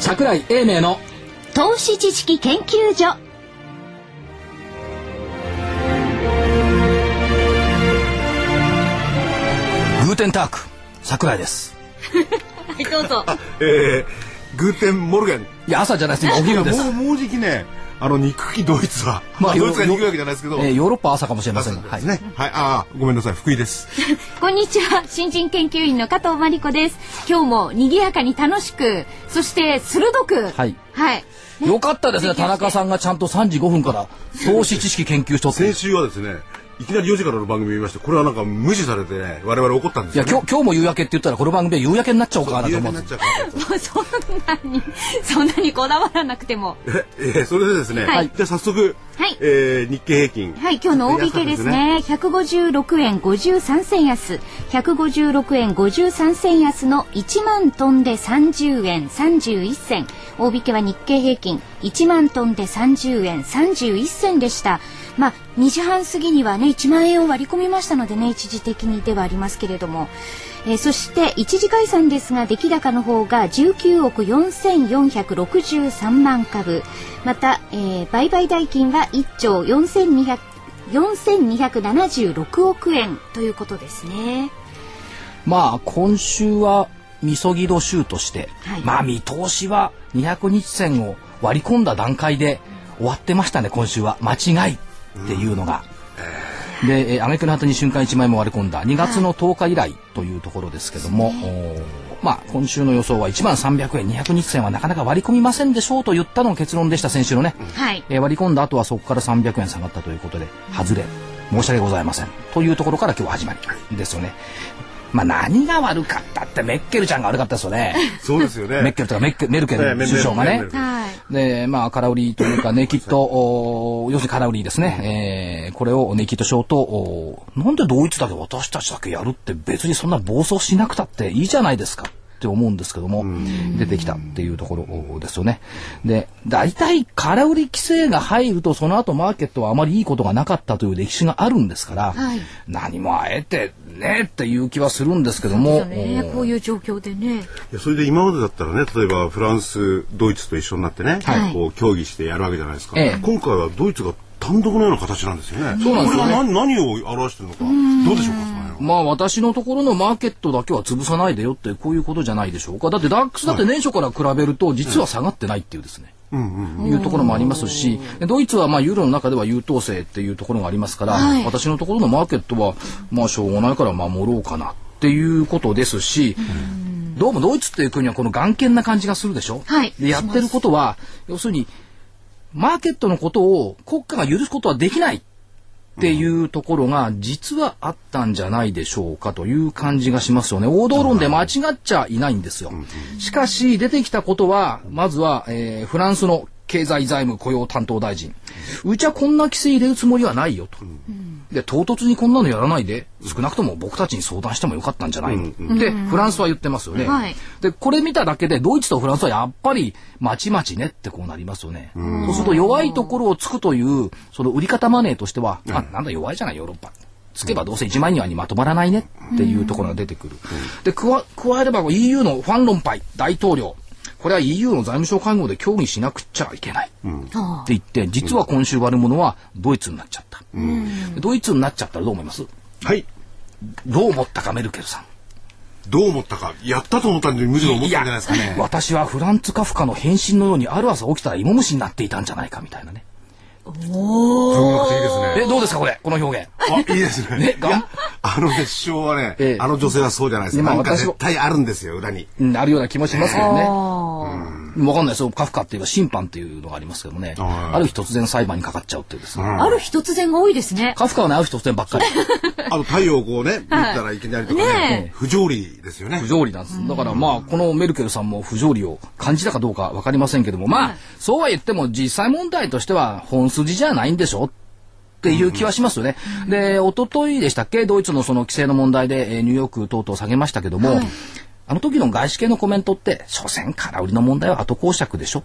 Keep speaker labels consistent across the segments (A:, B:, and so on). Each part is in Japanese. A: 桜井英明の
B: 投資知識研究所
A: グーテンターク桜井です
B: はいどうぞ
C: えー、グーテンモルゲン。
A: いや朝じゃないです今お
C: いや
A: 昼です
C: もう、もうじきね、あの、憎きドイツは、まあ、ドイツが憎いわけじゃないですけど、
A: えーヨーロッパは朝かもしれませんが
C: は
A: はい
C: い、ね。はい、ああ、ごめんなさい、福井です。
B: こんにちは新人研究員の加藤真理子です今日も賑やかに楽しくそして鋭く
A: はい
B: はい
A: よかったですね田中さんがちゃんと3時5分から 投資知識研究しとって
C: 先週はですね、いきなり4時からの番組見まして、これはなんか無視されてね、我々怒ったんです
A: いや今
C: よ、ね。
A: 日今日も夕焼けって言ったらこの番組は夕焼けになっちゃおうかなと
C: 夕
A: 思
C: 焼
A: う
C: けになっちゃうから。
B: もうそんなにそんなにこだわらなくても
C: え、えーそれでですね、
B: はい
C: じゃあ早速、
B: はい
C: えー日経平均。
B: はい、今日の大引けですね。156円53銭安、156円53銭安の1万トンで30円31銭。大引けは日経平均1万トンで30円31銭でした。まあ、2時半過ぎにはね、1万円を割り込みましたのでね、一時的にではありますけれども。えーそして、一時解散ですが、出来高の方が19億4463万株。また、えー売買代金は1兆4200 4276億円ということですね。
A: まあ今週はみそぎ度週として、
B: はい
A: まあ見通しは200日線を割り込んだ段階で終わってましたね今週は間違いっていうのが。で、えー、挙句の果てに瞬間1枚も割り込んだ2月の10日以来というところですけども、おーまあ今週の予想は1万300円200日線はなかなか割り込みませんでしょうと言ったのが結論でした先週のね、
B: はい。
A: えー割り込んだ後はそこから300円下がったということで外れ申し訳ございませんというところから今日始まりですよねまあ何が悪かったってメッケルちゃんが悪かったですよね
C: そうですよね。
A: メッケルとかメッケメルケル首相が
C: ええメ
A: ね
C: ルケル
B: はい。
A: でまあ空売りというかねきっとおー要するに空売りですね、えーこれをねきっとショートおーなんでドイツだけ私たちだけやるって別にそんな暴走しなくたっていいじゃないですかって思うんですけども、出てきたっていうところですよね。で、大体空売り規制が入るとその後マーケットはあまりいいことがなかったという歴史があるんですから、
B: はい
A: 何もあえてねっていう気はするんですけど
B: で
A: も、
B: すよね。こういう状況でね。
C: いやそれで今までだったらね例えばフランスドイツと一緒になってね、
B: はい
C: こう協議してやるわけじゃないですか、
A: ええ
C: 今回はドイツが単独のような形なんですよね
A: そうなんですよね
C: これは何何を表してるのかどうでしょうかその辺は
A: まあ私のところのマーケットだけは潰さないでよってこういうことじゃないでしょうか。だってダックスだって年初から比べると実は下がってないっていうですね。いうところもありますし、ドイツはまあユーロの中では優等生っていうところがありますから、
B: はい
A: 私のところのマーケットはまあしょうがないから守ろうかなっていうことですし、どうもドイツっていう国はこの眼見な感じがするでしょ。
B: はい
A: でやってることは要するにマーケットのことを国家が許すことはできないっていうところが実はあったんじゃないでしょうかという感じがしますよね。王道論で間違っちゃいないんですよ。しかし出てきたことは、まずは、えーフランスの経済財務雇用担当大臣。うちはこんな規制入れるつもりはないよと。で、唐突にこんなのやらないで、少なくとも僕たちに相談してもよかったんじゃないの、で、フランスは言ってますよね。
B: はい
A: で、これ見ただけで、ドイツとフランスはやっぱり、まちまちねってこうなりますよね。そうすると、弱いところをつくという、その売り方マネーとしては、あ、なんだ弱いじゃない、ヨーロッパ。つけばどうせ1万人はにまとまらないねっていうところが出てくる。で、加加えれば EU のファン・ロンパイ大統領。これは EU の財務省会合で協議しなくちゃいけない。って言って、実は今週悪者はドイツになっちゃった。ドイツになっちゃったらどう思います
C: はい
A: どう思ったかメルケルさん。
C: どう思ったかやったと思ったんでむしろ思ったんじゃないですかね
A: 私はフランツ・カフカの変身のようにある朝起きたら芋虫になっていたんじゃないかみたいなね。
C: 文学的ですね
A: え、どうですかこれ、この表現。
C: あいいですね
A: ね
C: いや あの決勝はね、
A: ええ
C: あの女性はそうじゃないですか
A: 今
C: なんか
A: 私も
C: 絶対あるんですよ裏に
A: うんあるような気もしますけどね。
B: あ
A: わかんないですよ。カフカっていうか審判っていうのがありますけどね。
C: あ
A: ある日突然裁判にかかっちゃうっていうですね。
B: ある日突然が多いですね。
A: カフカはね、ある日突然ばっか り。
C: あと太陽をこうね見たらいきなりとかね,、
B: ね
C: 不条理ですよね
A: 不条理なんです。だからまあ、このメルケルさんも不条理を感じたかどうかわかりませんけども、まあ、そうは言っても実際問題としては本筋じゃないんでしょっていう気はしますよね。で、一昨日でしたっけドイツのその規制の問題で、えーニューヨーク等々下げましたけども、あの時の外資系のコメントって、所詮空売りの問題は後講釈でしょっっ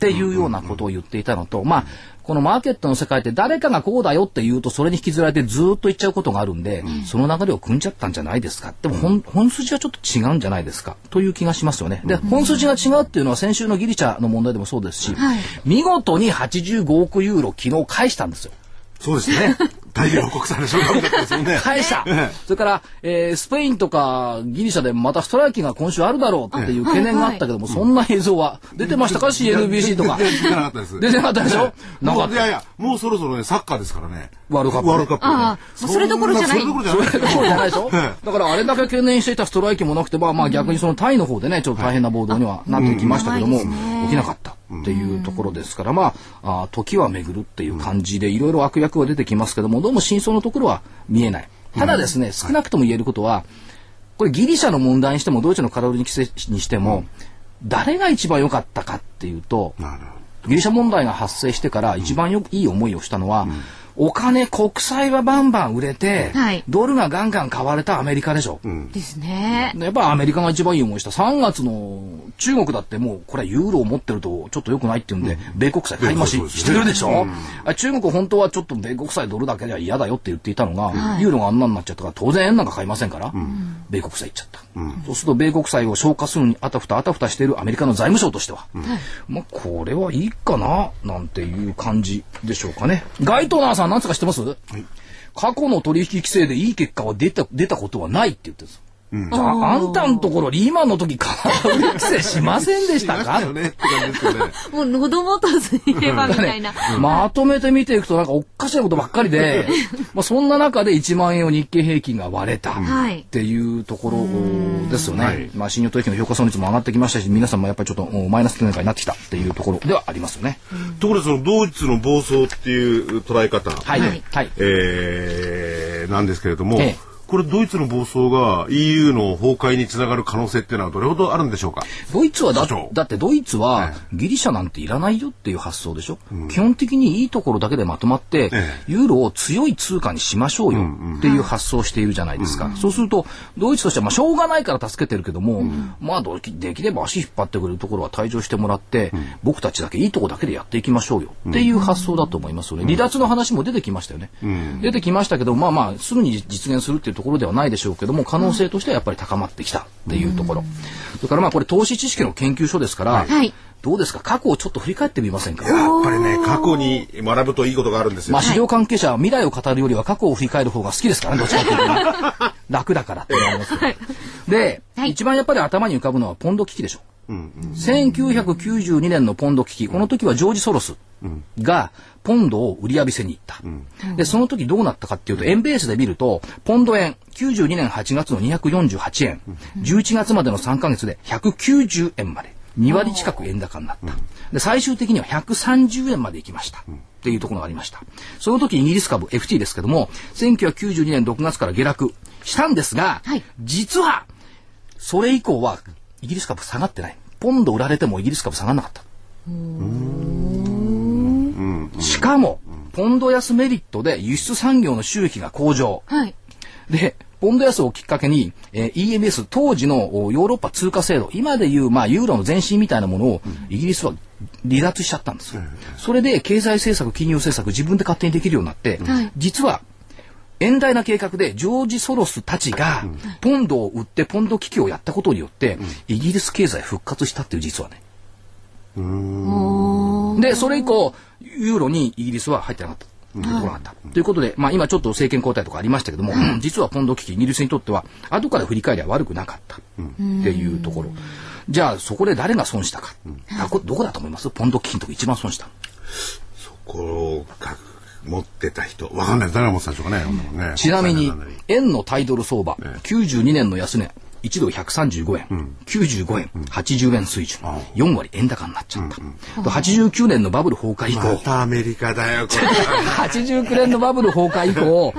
A: ていうようなことを言っていたのと、まあ、このマーケットの世界って誰かがこうだよって言うと、それに引きずられてずーっと言っちゃうことがあるんで、その流れを組んじゃったんじゃないですか。でも本、本筋はちょっと違うんじゃないですか。という気がしますよね。で、本筋が違うっていうのは先週のギリシャの問題でもそうですし、
D: はい
A: 見事に85億ユーロ昨日返したんですよ。
C: そうで すね。大量報告されそうなんだったですよね。
A: 返した、それから、えースペインとかギリシャでまたストライキが今週あるだろうっていう懸念があったけども、そんな映像は出てましたか、CNBC とか
C: いや出てなかったです。
A: 出てなかったでしょ
C: ね
A: なかった
C: もういやいや、もうそろそろね、サッカーですからね。
A: ワールドカップ
C: ワールドカップね。
D: ああもうそれどころじゃない
C: それどころじゃない。
A: そうじゃな いでしょだからあれだけ懸念していたストライキもなくて、まあまあ逆にそのタイの方でね、ちょっと大変な暴動にはなってきましたけども、
D: うん
A: 起きなかったっていうところですから、まあ、あー時は巡るっていう感じでいろいろ悪役は出てきますけども、どうも真相のところは見えない。ただですね、少なくとも言えることは、これギリシャの問題にしても、ドイツのカロリーにしても、誰が一番良かったかっていうと、
C: なるほど。
A: ギリシャ問題が発生してから一番よくいい思いをしたのは、お金国債はバンバン売れて、
D: はい
A: ドルがガンガン買われたアメリカでしょ、
D: ですね。
A: やっぱアメリカが一番いい思いした3月の中国だってもうこれはユーロを持ってるとちょっと良くないっていうんで、米国債買い増し
C: そうですね
A: してるでしょ、あ中国本当はちょっと米国債ドルだけでは嫌だよって言っていたのが、ユーロがあんなになっちゃったから当然円なんか買いませんから、米国債行っちゃった、そうすると米国債を消化するのにあたふたあたふたしているアメリカの財務省としては、まあこれはいいかななんていう感じでしょうかねガイトナーさんなんつうか知ってます、過去の取引規制でいい結果は出た出たことはないって言ってるんですよああんたのところリーマンの時空売り規制しませんでした
C: だ
A: か
C: よねって感じですよね。
D: もう喉元すいればみたいな。
A: まとめて見ていくとなんかおっかしなことばっかり で、まあそんな中で1万円を日経平均が割れた
D: はい
A: っていうところですよね。
C: はい
A: まあ信用取引の評価損率も上がってきましたし、皆さんもやっぱりちょっとおマイナス展開になってきたっていうところではありますよね。
C: ところでそのドイツの暴走っていう捉え方、
A: はい。
D: はい
A: はい。
C: えーなんですけれども、
A: ええ
C: これドイツの暴走が EU の崩壊につながる可能性っていうのはどれほどあるんでしょうか
A: ドイツはだ
C: 社長
A: だってドイツ
C: え
A: はギリシャなんていらないよっていう発想でしょ、基本的にいいところだけでまとまって、
C: え
A: ユーロを強い通貨にしましょうよっていう発想をしているじゃないですか、そうするとドイツとしてはまあしょうがないから助けてるけども、まあどうきできれば足引っ張ってくれるところは退場してもらって、僕たちだけいいとこだけでやっていきましょうよっていう発想だと思いますよね、離脱の話も出てきましたよね、出てきましたけどまあまあすぐに実現するっていうところではないでしょうけども可能性としてはやっぱり高まってきたっていうところ、それからまあこれ投資知識の研究所ですから、
D: はい
A: どうですか過去をちょっと振り返ってみませんか
C: やっぱりね過去に学ぶといいことがあるんですよ、
A: まあ、市場関係者は未来を語るよりは過去を振り返る方が好きですからね、どっちかというと。楽だからって思いますけど。で、
D: はい
A: 一番やっぱり頭に浮かぶのはポンド危機でしょ。1992年のポンド危機、この時はジョージ・ソロスがポンドを売り浴びせに行った。で、その時どうなったかっていうと、円ベースで見ると、ポンド円、92年8月の248円、11月までの3ヶ月で190円まで。2割近く円高になった。で、最終的には130円まで行きました。っていうところがありました。その時イギリス株 FT ですけども、1992年6月から下落したんですが、
D: はい
A: 実は、それ以降はイギリス株下がってない。ポンド売られてもイギリス株下がらなかった。しかも、ポンド安メリットで輸出産業の収益が向上。
D: はい。
A: で、ポンド安をきっかけに、えー EMS、当時のおヨーロッパ通貨制度、今でいう、まあ、ユーロの前身みたいなものを、イギリスは離脱しちゃったんですよ。それで、経済政策、金融政策、自分で勝手にできるようになって、
D: はい
A: 実は、遠大な計画でジョージ・ソロスたちがポンドを売ってポンド危機をやったことによってイギリス経済復活したっていう実はね。で、それ以降、ユーロにイギリスは入ってなかった。というところがあった。ということで、まあ今ちょっと政権交代とかありましたけども、実はポンド危機、イギリスにとっては、後から振り返りは悪くなかった。っていうところ。じゃあそこで誰が損したか。あこどこだと思いますポンド危機の時一番損した。
C: こうか持ってた人わかんない誰が持ってたんでしょうかね,、ね
A: ちなみに
C: わかんない、
A: 円のタイドル相場、
C: ええ
A: 92年の安値、1ドル135円、95円、80円水準、4割円高になっちゃった。と89年のバブル崩壊以
C: ま
A: 降、
C: たアメリカだよこれ
A: 89年のバブル崩壊以降、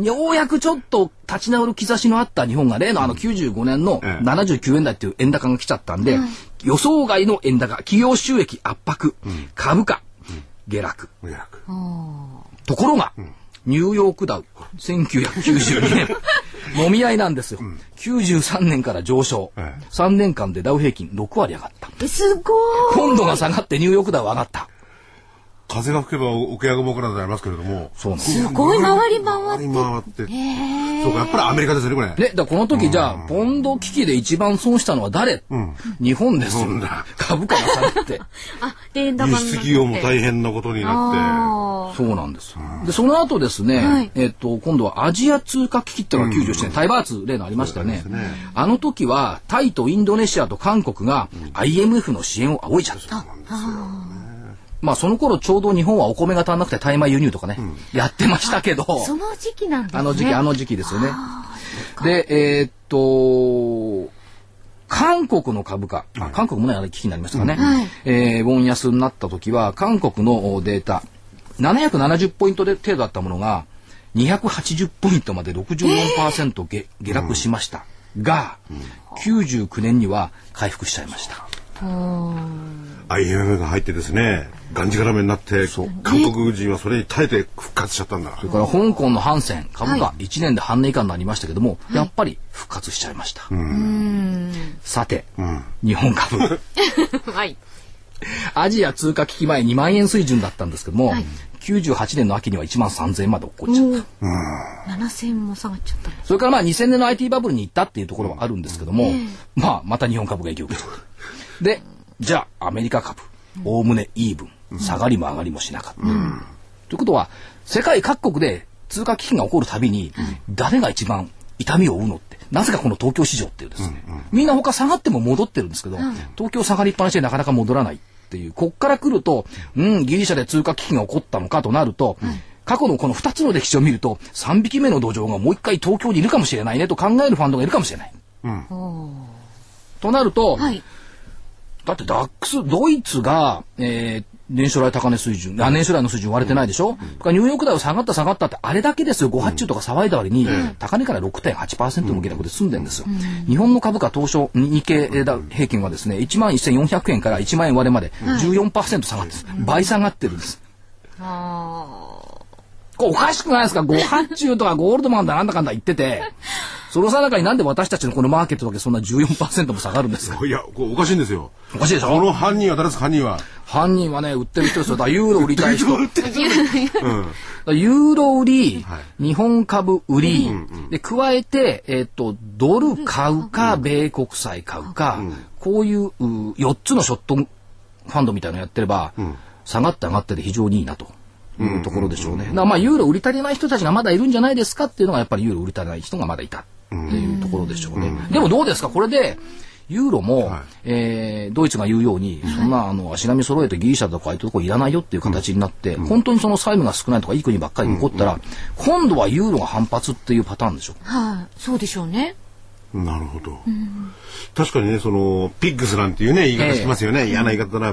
A: ようやくちょっと立ち直る兆しのあった日本が例のあの95年の
C: ええ
A: 79円台っていう円高が来ちゃったんで、予想外の円高、企業収益圧迫、株価、下落。
C: 迷惑
A: ところが、ニューヨークダウ、1992年、もみ合いなんですよ。93年から上昇。
C: ええ
A: 3年間でダウ平均6割上がった。
D: えすごい
A: 今度が下がってニューヨークダウ上がった。
C: 風が吹けば桶屋が僕らでありますけれども。
A: そうなんです
D: すごい回り回って
C: 回り回って。そうか、やっぱりアメリカですよね、これ。
A: ね、だからこの時じゃあ、ポンド危機で一番損したのは誰、日本ですよ
C: 日本だ。
A: 株価が下が って。
D: あで円
C: 輸
D: 高になって
C: 出企業も大変なことになっ
D: あ
A: そうなんです。で、その後ですね、
D: はい
A: えっと、今度はアジア通貨危機っていうのが97年、タイバーツ例のありましたね。
C: そうですね
A: あの時は、タイとインドネシアと韓国が IMF の支援を仰いじゃった。まあ、その頃ちょうど日本はお米が足んなくて大米輸入とかね、やってましたけど、
D: その時期なんですね
A: あの時期、あの時期ですよね。で、えーっと、韓国の株価、あ韓国もね、あれ危機になりましたからね、
D: はい
A: えーウォン安になった時は、韓国のデータ、770ポイントで程度だったものが、280ポイントまで64%下,、下落しましたが、99年には回復しちゃいました。
C: て、IMF が入ってですね、がんじがらめになって、韓国人はそれに耐えて復活しちゃったんだ。
A: それから香港のハンセン株価1年で半値以下になりましたけども、やっぱり復活しちゃいました。さて、日本株。
D: はい
A: アジア通貨危機前2万円水準だったんですけども、
D: はい
A: 98年の秋には1万3000円まで落っこっちゃった。
D: 7000も下がっちゃった
A: それからまあ2000年の IT バブルに行ったっていうところはあるんですけども、まあまた日本株が影響を受けた。で、じゃあアメリカ株、おおむねイーブン、下がりも上がりもしなかった。ということは、世界各国で通貨危機が起こるたびに、誰が一番痛みを負うのって、なぜかこの東京市場っていうですね、みんな他下がっても戻ってるんですけど、東京下がりっぱなしでなかなか戻らないっていう、こっから来ると、うん、ギリシャで通貨危機が起こったのかとなると、過去のこの2つの歴史を見ると、3匹目の土壌がもう一回東京にいるかもしれないねと考えるファンドがいるかもしれない。となると、
D: はい
A: だってダックス、ドイツが、えー年初来高値水準、あ、年初来の水準割れてないでしょ、とかニューヨークダウ下がった下がったって、あれだけですよ、5発注とか騒いだ割に、高値から6.8%の下落で済んでんですよ。日本の株価当初、に日経ダウ平均はですね、11,400円から1万円割れまで14%下がってる、倍下がってるんです。これおかしくないですかご発注とかゴールドマンだなんだかんだ言ってて、そのさなかになんで私たちのこのマーケットだけそんな14%も下がるんですか
C: いや、これおかしいんですよ。
A: おかしいでしょ
C: この犯人は誰ですか、犯人は。
A: 犯人はね、売ってる人ですよ。だからユーロ売りたい人。だか
C: うん。
A: らユーロ売り、
C: はい
A: 日本株売り、で、加えて、えっと、ドル買うか、米国債買うか、こういうう4つのショットファンドみたいなのやってれば、下がって上がってで非常にいいなと。いうところでしょうね。だからまあ、ユーロ売り足りない人たちがまだいるんじゃないですかっていうのが、やっぱりユーロ売り足りない人がまだいたっていうところでしょうね。でもどうですかこれで、ユーロも、
C: はい
A: えードイツが言うように、そんなあの足並み揃えてギリシャとかああいうとこいらないよっていう形になって、本当にその債務が少ないとかいい国ばっかりに起こったら、今度はユーロが反発っていうパターンでしょ。
D: はいそうでしょうね
C: なるほど。確かにね、その、ピッグスなんていうね、言い方してますよね。嫌な言い方だな、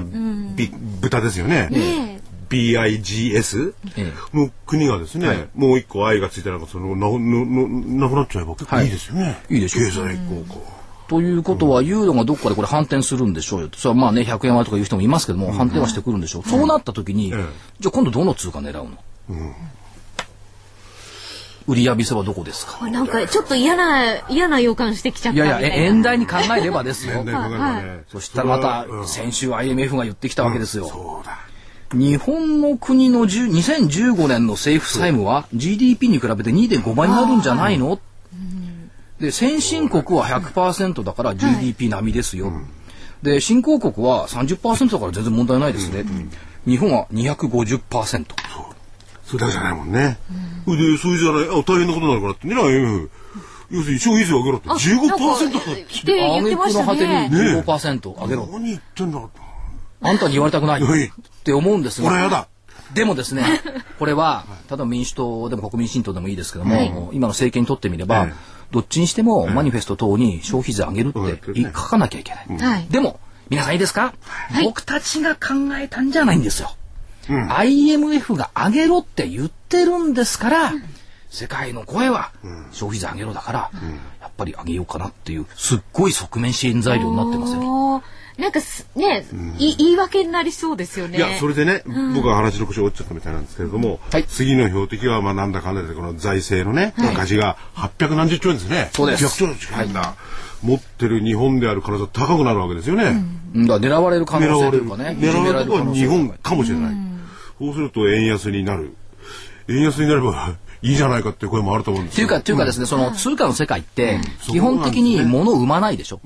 C: ビ豚ですよね。BIGS?
A: え
C: もう国がですね、もう一個 I がついたら、その、なくななくなっちゃえば結構
A: はい
C: いいですよね。
A: いいでしょう
C: 経済効果。
A: ということは、ユーロがどこかでこれ反転するんでしょうよ。それはまあね、100円割とかいう人もいますけども、反転はしてくるんでしょう。そうなった時に、
C: ええ
A: じゃあ今度どの通貨狙うの、売りやびせはどこですか
D: これなんかちょっと嫌な嫌な予感してきちゃっ
A: い
D: た
A: や
D: み
A: い
D: た
A: や、
D: いな
A: え円台に考えればですよ
C: 年。代考えればね。
A: そしたらま
C: それはう
A: た、
C: ん
A: 先週 IMF が言ってきたわけですよ。
C: そうだ。
A: 日本の国の10 2015年の政府債務は GDP に比べて2.5倍になるんじゃないので先進国は100%だから GDP 並みですよ、で新興国は30%だから全然問題ないですね、日本は250%
C: それだけじゃないもんね。それで、それじゃない、あ、大変なことになるからってね、IMF。要するに、消費税上げろって、15%だって。
D: って言ってました
A: 挙句
D: ね
A: の果てに15%上げろ、
C: 何言ってんだろうと。
A: あんたに言われたくない
C: はい
A: って思うんですが
C: これやだ。
A: でも ですね、これは、例えば民主党でも国民新党でもいいですけども、今の政権にとってみれば、
C: ええ
A: どっちにしてもマニフェスト等に消費税上げる
C: うん
A: ってい書かなきゃいけない。
D: はい
A: でも、皆さんいいですか、
D: い
A: 僕たちが考えたんじゃないんですよ。IMF が上げろって言ってるんですから、世界の声は消費税上げろだから、やっぱり上げようかなっていう、すっごい側面支援材料になってますよ。
D: おー
B: なんかすね、い言い訳になりそうですよね。
C: いや、それでね、僕は話の腰折っちゃったみたいなんですけれども、
A: はい
C: 次の標的は、まあ、なんだかんだで、この財政のね、赤字が800何十兆円ですね。
A: そうです
C: 800兆円近いんだ。持ってる日本である可能性は高くなるわけですよね。
A: うんだから狙われる可
C: 狙
A: 能性
C: わ
A: と
C: れ
A: い
C: る。
A: うかね。
C: 狙われるとこは日本
A: いじめられる可能性というか
C: かもしれない。そうすると円安になる。円安になれば いいじゃないかっていう声もあると思うんで
A: っ
C: す
A: てい
C: よ
A: うか、というかですね、その通貨の世界って、
C: うん
A: 基本的に物を生まないでしょ。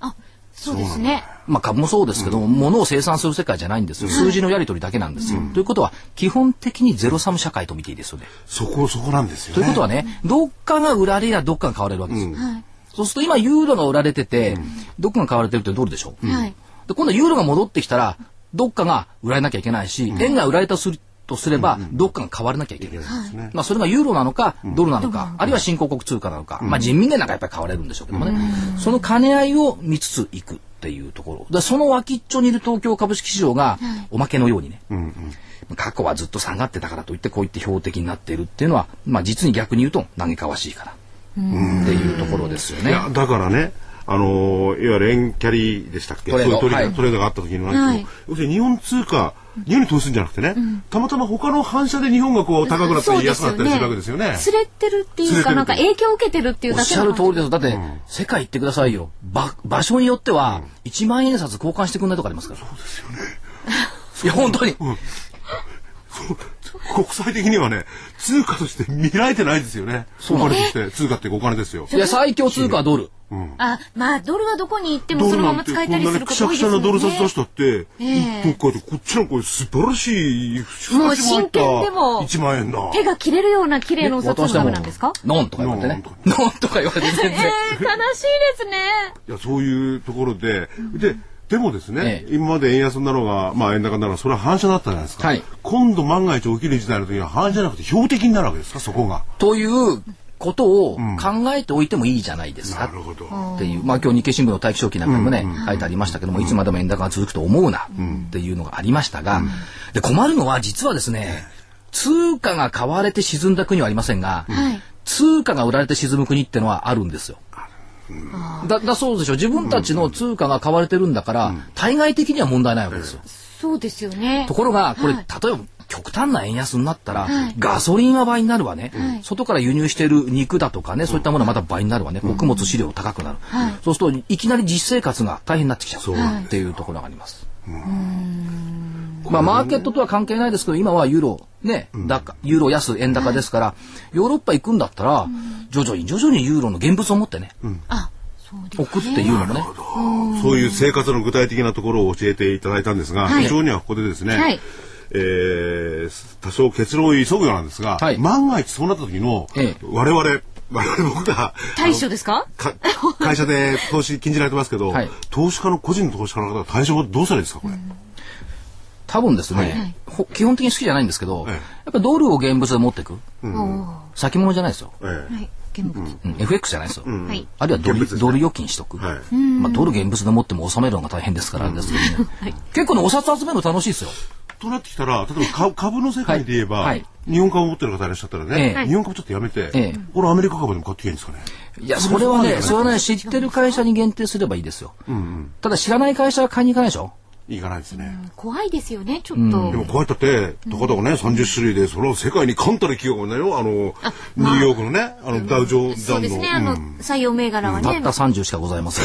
B: あ、そうですね。
A: まあ株もそうですけど、物を生産する世界じゃないんですよ。数字のやり取りだけなんですよ。ということは、基本的にゼロサム社会と見ていいですよね。
C: そこそこなんですよね。
A: ということはね、どっかが売られやどっかが買われるわけですよ。そうすると今ユーロが売られてて、どっかが買われてるってドルでしょ。
B: はい。
A: で今度はユーロが戻ってきたら、どっかが売られなきゃいけないし、円が売られたするとすれば、どっかが買われなきゃいけない。
C: すね
A: まあ、それがユーロなのか、ドルなのか、あるいは新興国通貨なのか、まあ、人民元なんかやっぱり買われるんでしょうけどもね、その兼ね合いを見つついくっていうところ。で、その脇っちょにいる東京株式市場が、おまけのようにね、過去はずっと下がってたからといって、こういって標的になっているっていうのは、まあ、実に逆に言うと、嘆かわしいから。っていうところですよね。
C: いやだからねあのーいわゆる円キャリーでしたっけ
A: トレード
C: そういうトレード,、
A: はい
C: トレードがあった時のなんですけど要するに日本通貨日本に投資するんじゃなくてね、たまたま他の反射で日本がこう高くなったり安くなったりするわけですよね。
B: すれてるっていうか、
C: 擦れてる
B: なんか影響を受けてるっていう
A: おっ
B: だけ
A: しゃる通り
B: で。
A: です。だって、世界行ってくださいよ。ば場所によっては、1万円札交換してくんないとかありますから。そうです よね。いや、本当に。
C: 国際的にはね通貨として見られてないですよね。お金として通貨っていうかお金ですよ。
A: いや、最強通貨はドル。
B: あ、まあ、ドルはどこに行っても
C: ド
B: そ
C: ル
B: のま
C: な
B: ま
C: んて
B: 使
C: こ
B: え
C: ん
B: た
C: な
B: りす
C: ね
B: る
C: く
B: こ
C: し
B: と
C: ゃ
B: 多
C: く
B: い
C: し
B: で
C: ゃ
B: す
C: なドル札出
B: ね
C: し。たって、一本書いてこっちのこれ素晴らしい
B: もう真剣でも
C: 1万円だ。
B: 手が切れるような綺麗なお札
A: 渡して
B: のダ
A: も
B: メなんですか
A: ノンとか言われてね。ノンとか言われて
B: えー、
A: 全
B: 悲しい
A: 然。
B: ですね。
C: いやそういうところで、ででもですね、
A: え
C: 今まで円安なのが、まあ、円高なのがそれは反射だったじゃないですか、
A: はい
C: 今度万が一起きる事態の時は反射じゃなくて標的になるわけですかそこが。
A: ということを考えておいてもいいじゃないです
C: な
A: か
C: る。ほど。
A: っていう、まあ今日日経新聞の大気象記なんかにもね、書いてありましたけども、いつまでも円高が続くと思うなっていうのがありましたが、で困るのは実はですね、通貨が買われて沈んだ国はありませんが、通貨が売られて沈む国ってのはあるんですよ。だだそうでしょ自分たちの通貨が買われてるんだから、対外的には問題ないわけですよ。
B: そうですよね
A: と。ころが、これ、例えば、極端な円安になったら、ガソリンは倍になるわね、外から輸入している肉だとかね、そういったものはまた倍になるわね、穀物、飼料高くなる、そうするといきなり実生活が大変になってきちゃうっていうところがあります。まあ、マーケットとは関係ないですけど、今はユーロ、ね、高ユーロ安、円高ですから、ヨーロッパ行くんだったら、徐々に徐々にユーロの現物を持ってね、
B: あ、そうです。
A: 置くっていうのもね、
C: そういう生活の具体的なところを教えていただいたんですが、
B: はい
C: 非常にはここでですね、
B: はい
C: えー多少結論を急ぐようなんですが、
A: はい
C: 万が一そうなった時の、
A: ええ
C: 我々、我々僕が、
B: 対処ですか
C: か会社で投資禁じられてますけど、
A: はい
C: 投資家の個人の投資家の方は対処法どうしたらいいですかこれ、
A: 多分ですね、ほ基本的に好きじゃないんですけど、
C: ええ
A: やっぱドルを現物で持っていく、
B: は
A: 先物じゃないですよ。
C: ええ
B: い。現物。
A: うん FX じゃないですよ。
B: はい。
A: あるいはドル,、
C: 現物ですね
A: ドル預金しとく。
C: はい
A: まあ、ドル現物で持っても収めるのが大変ですからあれですけどね。結構ね、お札集めるの楽しいですよ。
C: となってきたら例えば株株の世界で言えば、
A: はいはい
C: 日本株を持ってる方いらっしゃったらね、
A: ええ
C: 日本株ちょっとやめて、
A: ええ
C: これアメリカ株でも買ってきゃいいんですかね
A: いや、それはね、それはね、知ってる会社に限定すればいいですよ。ただ知らない会社は買いに行かないでしょ。
C: いかないですね、
B: 怖いですよね、ちょっと
C: で。もこうやったってたかだかね30種類でその世界に冠たる企業がねあのニューヨークのねあのダウジョー
B: そ
C: ダ
B: う
C: ウ
B: で
C: の
B: すね、あの、
C: うん
B: 採用銘柄は
A: た
B: ね
A: った。30しかございません。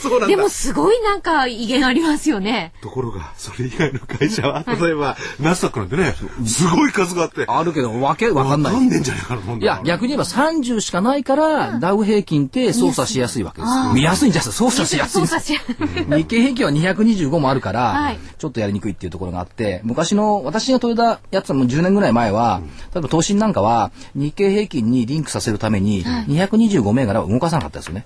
C: そうなんだ
B: でもすごいなんか威厳ありますよね。
C: ところがそれ以外の会社は例えばナスダックなんてねすごい 数があって
A: あるけど、わけわかんな
C: わ
A: い
C: か。んねえんじゃないかなもん
A: いや、逆に言えば30しかないから、ダウ平均って操作しやすいわけです。見やすいんじゃないですか操作しやすいん
B: そう
A: です
B: かしら。
A: 日経平均は225もあるから、
B: はい
A: ちょっとやりにくいっていうところがあって昔の私が取れたやつはもう10年ぐらい前は、例えば投信なんかは日経平均にリンクさせるために225銘柄は動かさなかったですよね、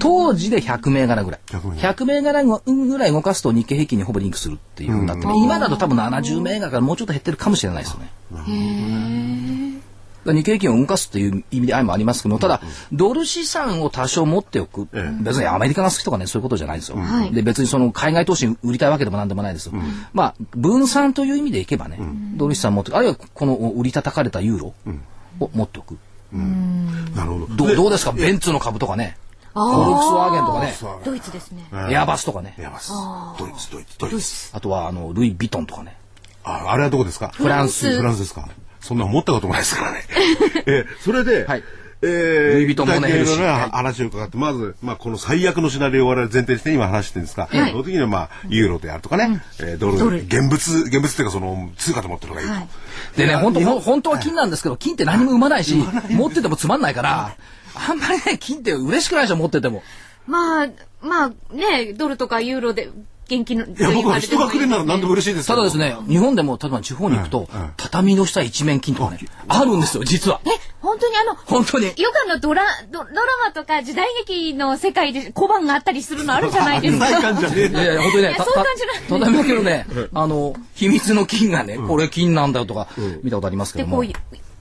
A: 当時で100銘柄ぐらい
C: 100銘
A: 100銘柄ぐらい動かすと日経平均にほぼリンクするっていうんだって、今だと多分70銘柄からもうちょっと減ってるかもしれないですよね。だから日経平均を動かすという意味合いもありますけども、ただ、ドル資産を多少持っておく、
C: ええ
A: 別にアメリカが好きとかね、そういうことじゃないですよ。
B: はい
A: で、別にその海外投資に売りたいわけでもなんでもないですよ。まあ、分散という意味でいけばね、ドル資産持っておく、あるいはこの売り叩かれたユーロを持っておく。
C: なるほど
A: ど
C: で
A: うどうですか、ベンツの株とかね。フォルクスワーゲンとかね、
C: そう
B: ドイツですね。
A: エアバスとかね、
C: やばいっすドイツドイツドイ
B: ドイ
C: ツ
B: ツ
A: あとはあのルイ・ヴィトンとかね。
C: ああれはどこですかフ
A: ランス
C: フランスですかそんな思ったこともないですからね えそれで、
A: はい
C: えー、
A: ルイヴィトンもね
C: いろ
A: ヘ
C: いろ
A: ルシーは
C: ない話を伺って、まず、まあ、この最悪のシナリオを我々前提して今話してるんですが、
B: はい
C: その時には、まあ、ユーロであるとかね、えードル、
B: ドル
C: 現物、現物っていうか、その、通貨と思ってるのがいいと。
B: はい
A: でね、本当
C: 日本
A: ほん本当は金なんですけど、金って何も生まないし、持っててもつまんないから、あんまりね、金って嬉しくないでしょ、持ってても。
B: まあ、まあね、ドルとかユーロで現金の。
C: いや、僕は人がくれるなら何でも
B: 嬉しい
C: 嬉しいですけ
A: た
C: ど
A: だですね、日本でも、例えば地方に行くと
C: うんうん、
A: 畳の下一面金とかね、あるんですよ、実は。
B: え、本当にあの、
A: 本当に。
B: ヨガのドラ、ドドラマとか時代劇の世界で小判があったりするのあるじゃないですか。
C: ない感じじゃねえ
A: いやいや、本当にね、
B: いや
A: た
B: そう感じ
A: た畳の毛のね、あの、秘密の金がね、これ金なんだよとか、見たことありますけ
B: で、
A: ど
B: こ
A: も。
B: う、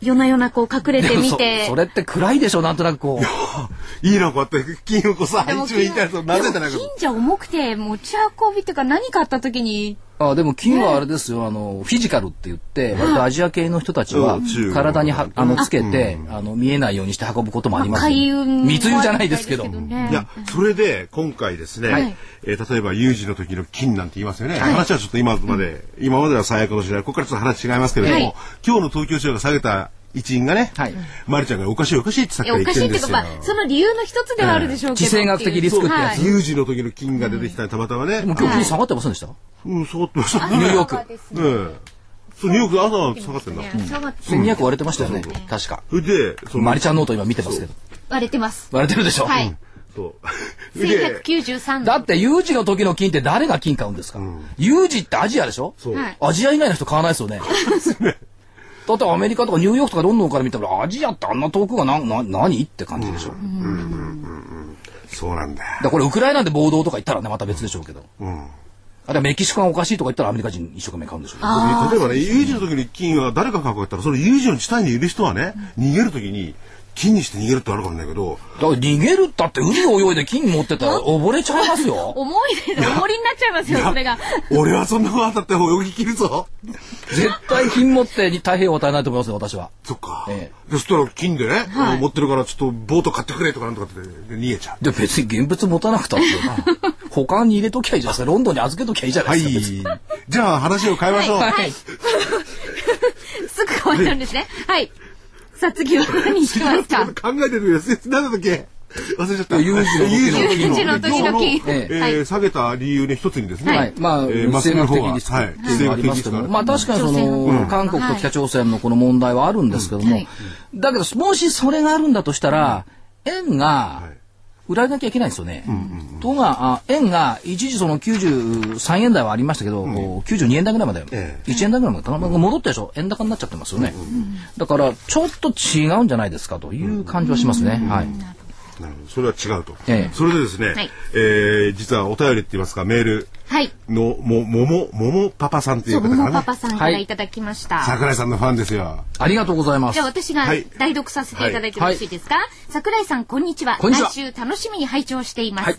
B: 夜な夜なこう隠れ
A: で
B: て
A: も
B: み
A: そ
B: て
A: そ。れって暗いでしょ、なんとなくこう。
C: いいな、こうやって、金をこうさ、
B: でも
C: 一応言いたいと、なぜじゃない
B: で
C: かと
B: も。金じゃ重くて持ち運びっていうか何かあった時に
A: あでも金はあれですよ、あのフィジカルって言って、割とアジア系の人たちは
C: うん中国
A: 体にはあのつけて、
C: う
A: あの見えないようにして運ぶこともありますよ。
B: 開運も
A: 密輸じゃないですけど。
B: あるみた
C: い
B: です
C: や、それで今回ですね、
B: はい
C: えー例えば有事の時の金なんて言いますよね、話はちょっと今まで、今までは最悪の時代、ここからちょっと話違いますけれども、
B: はい
C: 今日の東京市場が下げた一因がね、
A: はい
C: マリちゃんがおかしいおかしいってさっ
B: いや
C: きか
B: お
C: ら言
B: か
C: っ
B: してい
C: る
B: って
C: んで
B: いうか
C: すよ。
B: まあその理由の一つではあるでしょうけど
A: 地政学的リスクってやつ
B: はい
C: 有事の時の金が出てきた玉々ね、
A: でも今日金下がってませんでした。
C: うん、下がってました
A: ニュ
C: ね。
A: ーヨーク、
C: ええそう、ニューヨーク朝下がってんだ。
B: 下がって
A: 1200割れてましたよね。確か。
C: それで、その
A: マリちゃんノート今見てますけど、
B: 割れてます
A: 割れてるでしょ。
B: はい
C: そう。それで、
B: 1193
A: だって有事の時の金って誰が金買うんですか。有事ってアジアでしょ。
C: そう。
B: はい
A: アジア以外の人買わないですよ ね。だってアメリカとかニューヨークとかロンドンから見たらアジアってあんな遠くがなな何って感じでしょ。
C: そうなんだよ。
A: だからこれウクライナで暴動とか言ったらねまた別でしょうけど、
C: うん。
A: あとはメキシコがおかしいとか言ったらアメリカ人一生懸命買うんでしょうね
C: 例えばね、有事の時に金は誰が確保ったら、その有事の地帯にいる人はね、逃げる時に金にして逃げるってあるかもしれないけど、
A: だから逃げるったって海泳いで金持ってたら溺れちゃいますよ。
B: 重いです重りになっちゃいますよそれが
C: 俺はそんなことあったって泳ぎ切るぞ。
A: 絶対金持ってに太平洋渡れないと思いますよ、私は。
C: そっか。
A: え
C: でそしたら金でね、持ってるからちょっとボート買ってくれとかなんとかってで逃げちゃう。
A: で、別に現物持たなくた って、保管に入れときゃいいじゃないですか。ロンドンに預けときゃいいじゃな
C: はいい
A: ですか。別に。。
C: じゃあ話を変えましょう。
B: はいすぐ変わるんですねはいさあ次は何にしますか
C: 考えてるやつ、なんだっけ忘れちゃった。
A: 有事の時の
C: 有
B: 有事の時の金
C: 今日のえー
B: はい
C: 下げた理由の一つにですね。
A: はい、まあ、
C: えー
A: 地政学的リスク
C: はい。
A: っていう
C: 政
A: のはあ
C: 学
A: り
C: 的
A: ま
C: リ
A: す
C: ス
A: け
C: ク
A: ども、
C: がある
A: まあ確かにその、韓国と北朝鮮のこの問題はあるんですけども、だけど、もしそれがあるんだとしたら、円が
C: はい、
A: 売られなきゃいけないんですよね。ところが、あ円が一時その93円台はありましたけど、こう92円台ぐらいまで、
C: ええ
A: 1円台ぐらいまで、戻ったでしょ、円高になっちゃってますよね。だから、ちょっと違うんじゃないですかという感じはしますね。はい。
C: なるほどそれは違うと。
A: ええ
C: それでですね、
B: はい
C: えー実はお便りって言いますか、メール
B: はい
C: のも、もも、ももパパさんってい
B: そうう
C: 方
B: もも
C: から
B: パ
C: ね、
B: パさんからいただきました、
C: 桜井さんのファンですよ。
A: ありがとうございま
B: じ
A: す
B: ゃあ。私が
C: はい
B: 代読させていただいてよろしいですか、桜井さんこんにちは
A: こんにちは
B: 毎週楽しみに拝聴しています、
A: はい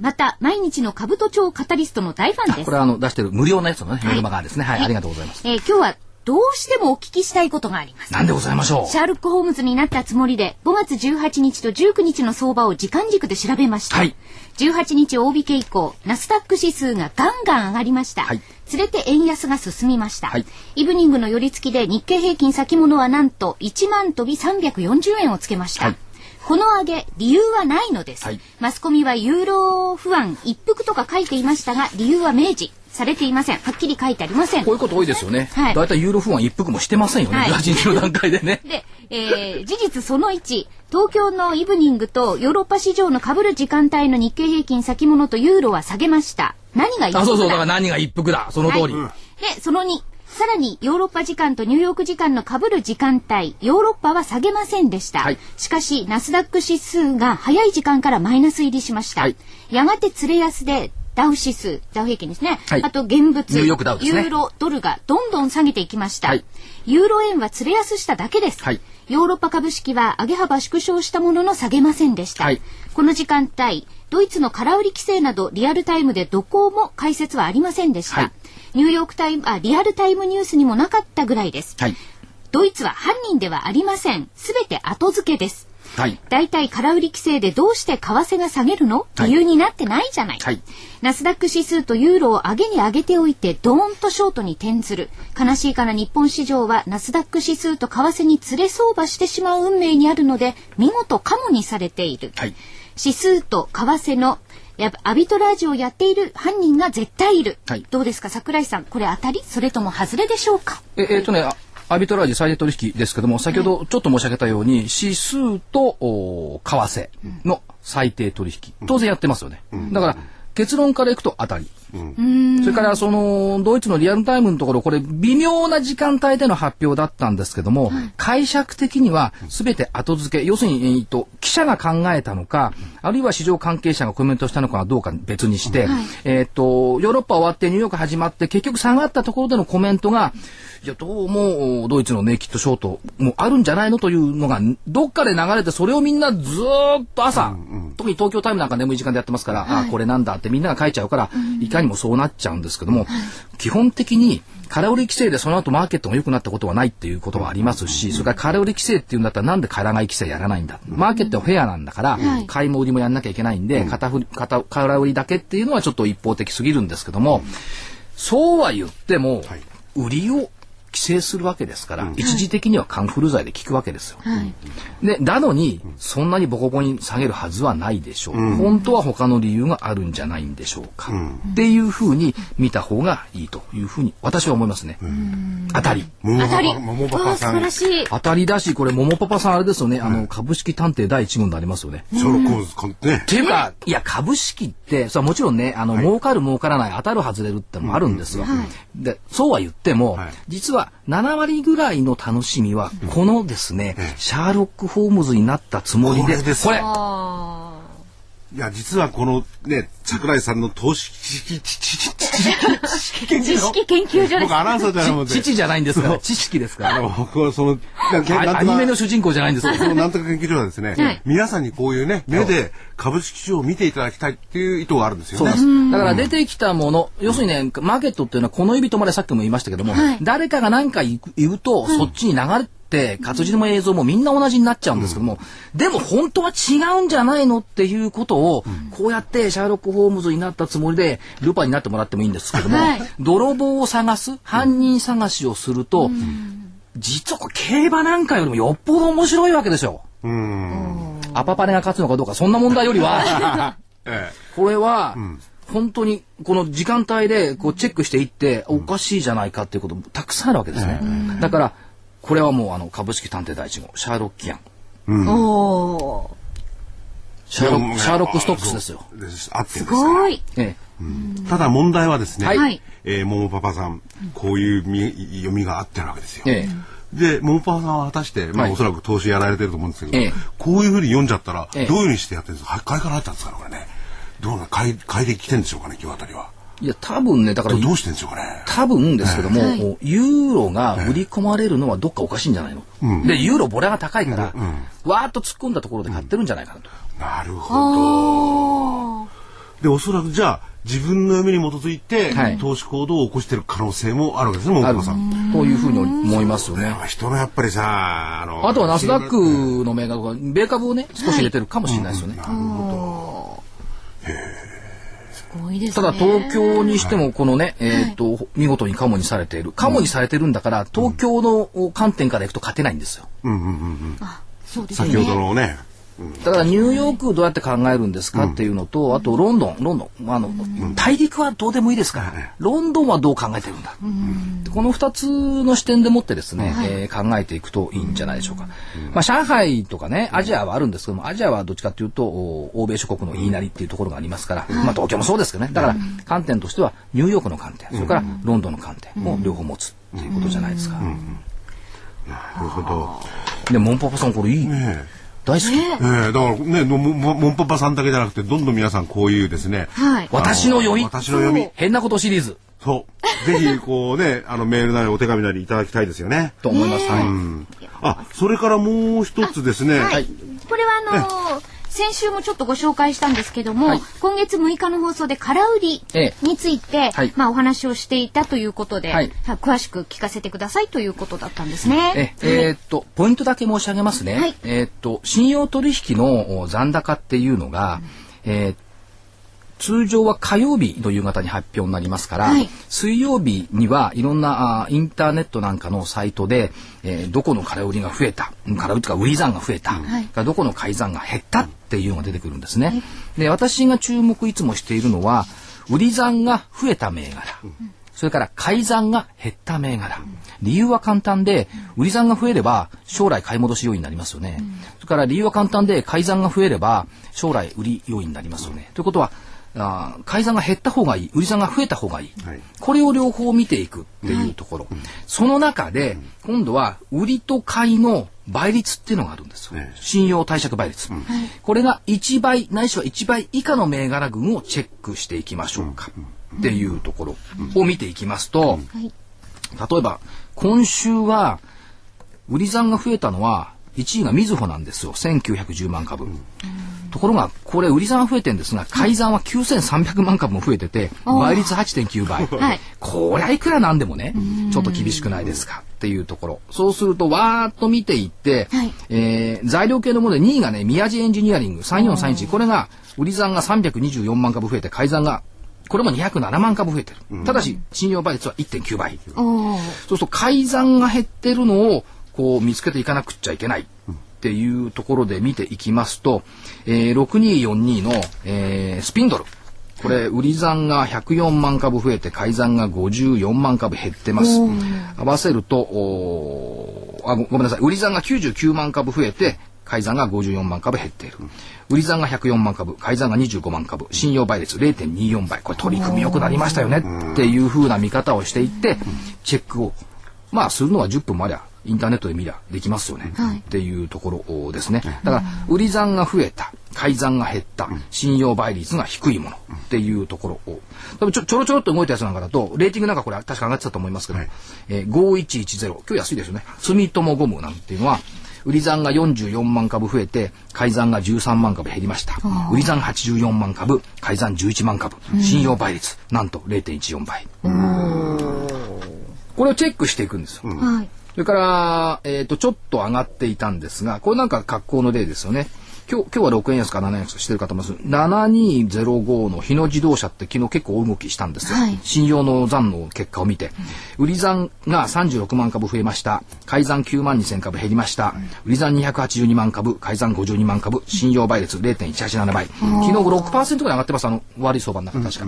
B: また毎日の兜町カタリストの大ファンです
A: これはあの、出してる無料のやつのね、メルマガですね。はい、
B: はい
A: ありがとうございます。
B: えー今日はどうしてもお聞きしたいことがあります。
A: なんでございましょう
B: シ。ャーロック・ホームズになったつもりで5月18日と19日の相場を時間軸で調べました、
A: はい
B: 18日大引け以降ナスダック指数がガンガン上がりました、
A: はい
B: 連れて円安が進みました、
A: はい
B: イブニングの寄り付きで日経平均先物はなんと1万飛び340円をつけました、
A: はい
B: この上げ理由はないのです、
A: はい
B: マスコミはユーロ不安一服とか書いていましたが理由は明示されていませんはっきり書いてありません
A: こういうこと多いですよね。
B: はい
A: だいたいユーロ不安一服もしてませんよね。
B: はい。
A: ブラジルの段階でね
B: で、えー事実その1、東京のイブニングとヨーロッパ市場の被る時間帯の日経平均先物とユーロは下げました。何が一
A: あ、そうそう、だから
B: な
A: 何が一服だ。その通り。
B: で、その2、さらにヨーロッパ時間とニューヨーク時間の被る時間帯、ヨーロッパは下げませんでした。
A: はい
B: しかし、ナスダック指数が早い時間からマイナス入りしました。
A: はい
B: やがて連れ安で、ダウ指数、ダウ平均ですね。
A: はい
B: あと現
A: ニ
B: 物、
A: ューヨークダウですね
B: ユーロ、ドルがどんどん下げていきました。
A: はい
B: ユーロ円は連れ安しただけです。
A: はい
B: ヨーロッパ株式は上げ幅縮小したものの下げませんでした。
A: はい
B: この時間帯、ドイツの空売り規制などリアルタイムでどこも解説はありませんでした。
A: はい
B: ニューヨークタイム、あ、リアルタイムニュースにもなかったぐらいです。
A: はい。
B: ドイツは犯人ではありません。すべて後付けです。
A: はい
B: 大体空売り規制でどうして為替が下げるの
A: はい
B: 理由になってないじゃない、
A: はい
B: ナスダック指数とユーロを上げに上げておいてドーンとショートに転ずる悲しいから日本市場はナスダック指数と為替に連れ相場してしまう運命にあるので見事カモにされている、
A: はい
B: 指数と為替のやアビトラージをやっている犯人が絶対いる、
A: はい
B: どうですか桜井さんこれ当たりそれとも外れでしょうか
A: ええっとね、あアビトラージ最大取引ですけども、先ほどちょっと申し上げたように、指数とおー為替の最低取引、当然やってますよね。だから、結論からいくと当たり。それから、その、ドイツのリアルタイムのところ、これ、微妙な時間帯での発表だったんですけども、解釈的には全て後付け、要するに、えーっと、記者が考えたのか、あるいは市場関係者がコメントしたのかはどうか別にして、えーっと、ヨーロッパ終わってニューヨーク始まって、結局下がったところでのコメントが、いや、どうも、ドイツのネイキッドショートもあるんじゃないのというのが、どっかで流れて、それをみんなずーっと朝、特に東京タイムなんか眠い時間でやってますから、あーこれなんだってみんなが書いちゃうから、いかにもそうなっちゃうんですけども、基本的に、空売り規制でその後マーケットが良くなったことはないっていうことはありますし、それから空売り規制っていうんだったらなんで空買い規制やらないんだ。マーケットはフェアなんだから、買いも売りもやんなきゃいけないんで、片振り片空売りだけっていうのはちょっと一方的すぎるんですけども、そうは言っても、
C: はい
A: 売りを規制するわけですから、一時的にはカンフル剤で効くわけですよ。でなのに、そんなにボコボコに下げるはずはないでしょう、本当は他の理由があるんじゃないんでしょうか、っていうふうに見た方がいいというふうに私は思いますね、当たり
C: 桃
B: 当たり
C: パパ桃パパさ
B: わあ
C: ん
B: 素晴らしい
A: 当たりだしこれ桃パパさんあれですよね、あの株式探偵第一号になりますよね
C: その構図こんね
A: っていうか、いや、株式って、それはもちろんね、あの、儲かる儲からない、当たる外れるってのもあるんですよ。で、そうは言っても、
C: はい
A: 実は7割ぐらいの楽しみは、このですね、シャーロック・ホームズになったつもりで、
C: これです
A: これ、
C: いや実はこのね桜井さんの投資知識知識知
B: 知識研究所です
C: 僕アナウンサーじゃないもんで
A: ち父じゃないんですから、知識ですか
C: あ
A: ら。
C: の僕はそのなんかなん
A: あ
C: とか
A: アニメの主人公じゃないんですよ。
C: そのなんとか研究所はですね、
B: はい
C: 皆さんにこういうね目で株式市場を見ていただきたいっていう意図があるんですよ
A: そう
C: ね。
A: です。だから出てきたもの、要するにね、マーケットっていうのはこの指とまでさっきも言いましたけども、誰かが何か言う言うと、そっちに流れて、活字も映像もみんな同じになっちゃうんですけども、でも本当は違うんじゃないのっていうことを、こうやってシャーロック・ホームズになったつもりで、ルパンになってもらってもいいんですけども、
B: はい
A: 泥棒を探す、犯人探しをすると、実はこれ競馬なんかよりもよっぽど面白いわけですよ。アパパネが勝つのかどうか、そんな問題より は、
C: ええ
A: これは、本当にこの時間帯でこうチェックしていって、おかしいじゃないかっていうこともたくさんあるわけですね。だから、これはもうあの株式探偵第一号、シャーロッキアン。
B: おー
A: シャーロ
C: で
A: ッ
C: もね
A: ク、シャーロックストックスですよ。
C: そうですあってです
B: す
C: から
B: ごい
A: え
C: ただ問題はですね、
A: はい
C: えー、桃パパさんこういうみ読みがあってるわけですよ。
A: え、え
C: で桃パパさんは果たして、まあ
A: はい
C: おそらく投資やられてると思うんですけど、
A: ええ
C: こういうふうに読んじゃったら、
A: ええ
C: どういうふうにしてやってるんですか買いから入ったんですかねこれねどうな買い買いで来てんでしょうかね今日あたりは。
A: え。いや、多分ね、だから
C: ど、どうしてんでしょうかね。
A: 多分ですけども、ユーロが売り込まれるのはどっかおかしいんじゃないの、で、ユーロボラが高いから、わーっと突っ込んだところで買ってるんじゃないかなと。
C: なるほど。でおそらくじゃあ自分の夢に基づいて、
A: はい
C: 投資行動を起こしてる可能性もあるわけですね桃
A: ある
C: パさん。
A: というふうに思いますよね。
C: 人のやっぱりさあの
A: あとはナスダックの銘柄が、米株をね、少し入れてるかもしれないですよね。
B: すごいです
A: ただ
B: ね
A: 東京にしてもこのね、えっ、と、見事にカモにされている。カモにされてるんだから、東京の観点からいくと勝てないんですよ。
B: そうです
C: 先ほど
B: ね
C: のね
A: だからニューヨークをどうやって考えるんですかっていうのと、あとロンドン、ロンドン、あの、大陸はどうでもいいですから、ロンドンはどう考えてるんだ。この2つの視点でもってですね、えー考えていくといいんじゃないでしょうか。まあ、上海とかね、アジアはあるんですけども、アジアはどっちかというと、お欧米諸国の言いなりっていうところがありますから、まあ、東京もそうですけどね。だから、観点としては、ニューヨークの観点、それからロンドンの観点を両方持つっていうことじゃないですか。
C: なるほど、
A: で、モンパパさん、これいい。
C: ね
A: 大好き。
C: ええだからねのもももんぱぱさんだけじゃなくてどんどん皆さんこういうですね
B: はい
A: 私の読み。
C: 私の読み
A: 変なことシリーズ。
C: そうぜひこうね あのメールなりお手紙なりいただきたいですよね
A: と思います。はい。
C: あそれからもう一つですね
B: はい、これはあのー先週もちょっとご紹介したんですけども、
A: はい
B: 今月6日の放送で空売り
A: ええ
B: について、
A: はい
B: まあお話をしていたということで、
A: はい
B: 詳しく聞かせてくださいということだったんですね。
A: え、えーっと、ポイントだけ申し上げますね。
B: はい
A: えーっと、信用取引のお残高っていうのが、えー通常は火曜日の夕方に発表になりますから、
B: はい
A: 水曜日にはいろんなあーインターネットなんかのサイトで、えーどこの空売りが増えたうん空売りとか売り算が増えた、
B: はい
A: がどこの改ざんが減ったっていうのが出てくるんですね。で私が注目いつもしているのは売り算が増えた銘柄、それから改ざんが減った銘柄、理由は簡単で売り算が増えれば将来買い戻し要因になりますよね、それから理由は簡単で改ざんが増えれば将来売り要因になりますよね、ということはあー改ざんが減った方がいい売り算が増えた方がいい、
C: はい
A: これを両方見ていくっていうところ、その中で今度は売りと買いの倍率っていうのがあるんですよ、
C: ええ
A: 信用貸借倍率、これが1倍ないしは1倍以下の銘柄群をチェックしていきましょうか、っていうところを見ていきますと、
B: はい
A: 例えば今週は売り算が増えたのは1位がみずほなんですよ1910万株、ところがこれ売り算は増えてるんですが改ざんは9300万株も増えてて倍率8.9倍、
B: はい
A: こりゃいくらなんでもねちょっと厳しくないですかっていうところそうするとわーっと見ていって、
B: はい
A: えー材料系のもので2位がね宮地エンジニアリング3431これが売り算が324万株増えて改ざんがこれも207万株増えてるただし信用倍率は1.9倍、
B: おー
A: そうすると改ざんが減ってるのをこう見つけていかなくっちゃいけないっていうところで見ていきますと、えー6242の、えースピンドル。これ、売り算が104万株増えて、改ざんが54万株減ってます。合わせると、おーあご、ごめんなさい。売り算が99万株増えて、改ざんが54万株減っている。売り算が104万株、改ざんが25万株、信用倍率0.24倍。これ取り組み良くなりましたよねっていう風な見方をしていって、チェックを、まあするのは10分もありゃ、インターネットで見りゃできますよね、っていうところですね。だから、売り算が増えた、改ざんが減った、信用倍率が低いものっていうところを、多分ちょちょろちょろっと動いたやつなんかだと、レーティングなんかこれ確か上がってたと思いますけど、
C: はい
A: えー、5110今日安いですよね住友ゴムなんていうのは売り算が44万株増えて改ざんが13万株減りました売り算84万株改ざん11万株信用倍率なんと0.14倍これをチェックしていくんですよ、
B: はい
A: それから、えっ、と、ちょっと上がっていたんですが、これなんか格好の例ですよね。今日、今日は6円安か7円安かしてる方もいます。7205の日野自動車って昨日結構大動きしたんですよ。
B: はい
A: 信用の残の結果を見て。売り算が36万株増えました。改ざん9万2000株減りました。売り算282万株、改ざん52万株、信用倍率0.187倍。昨日6%ぐらい上がってます。あの、悪い相場の中、確か。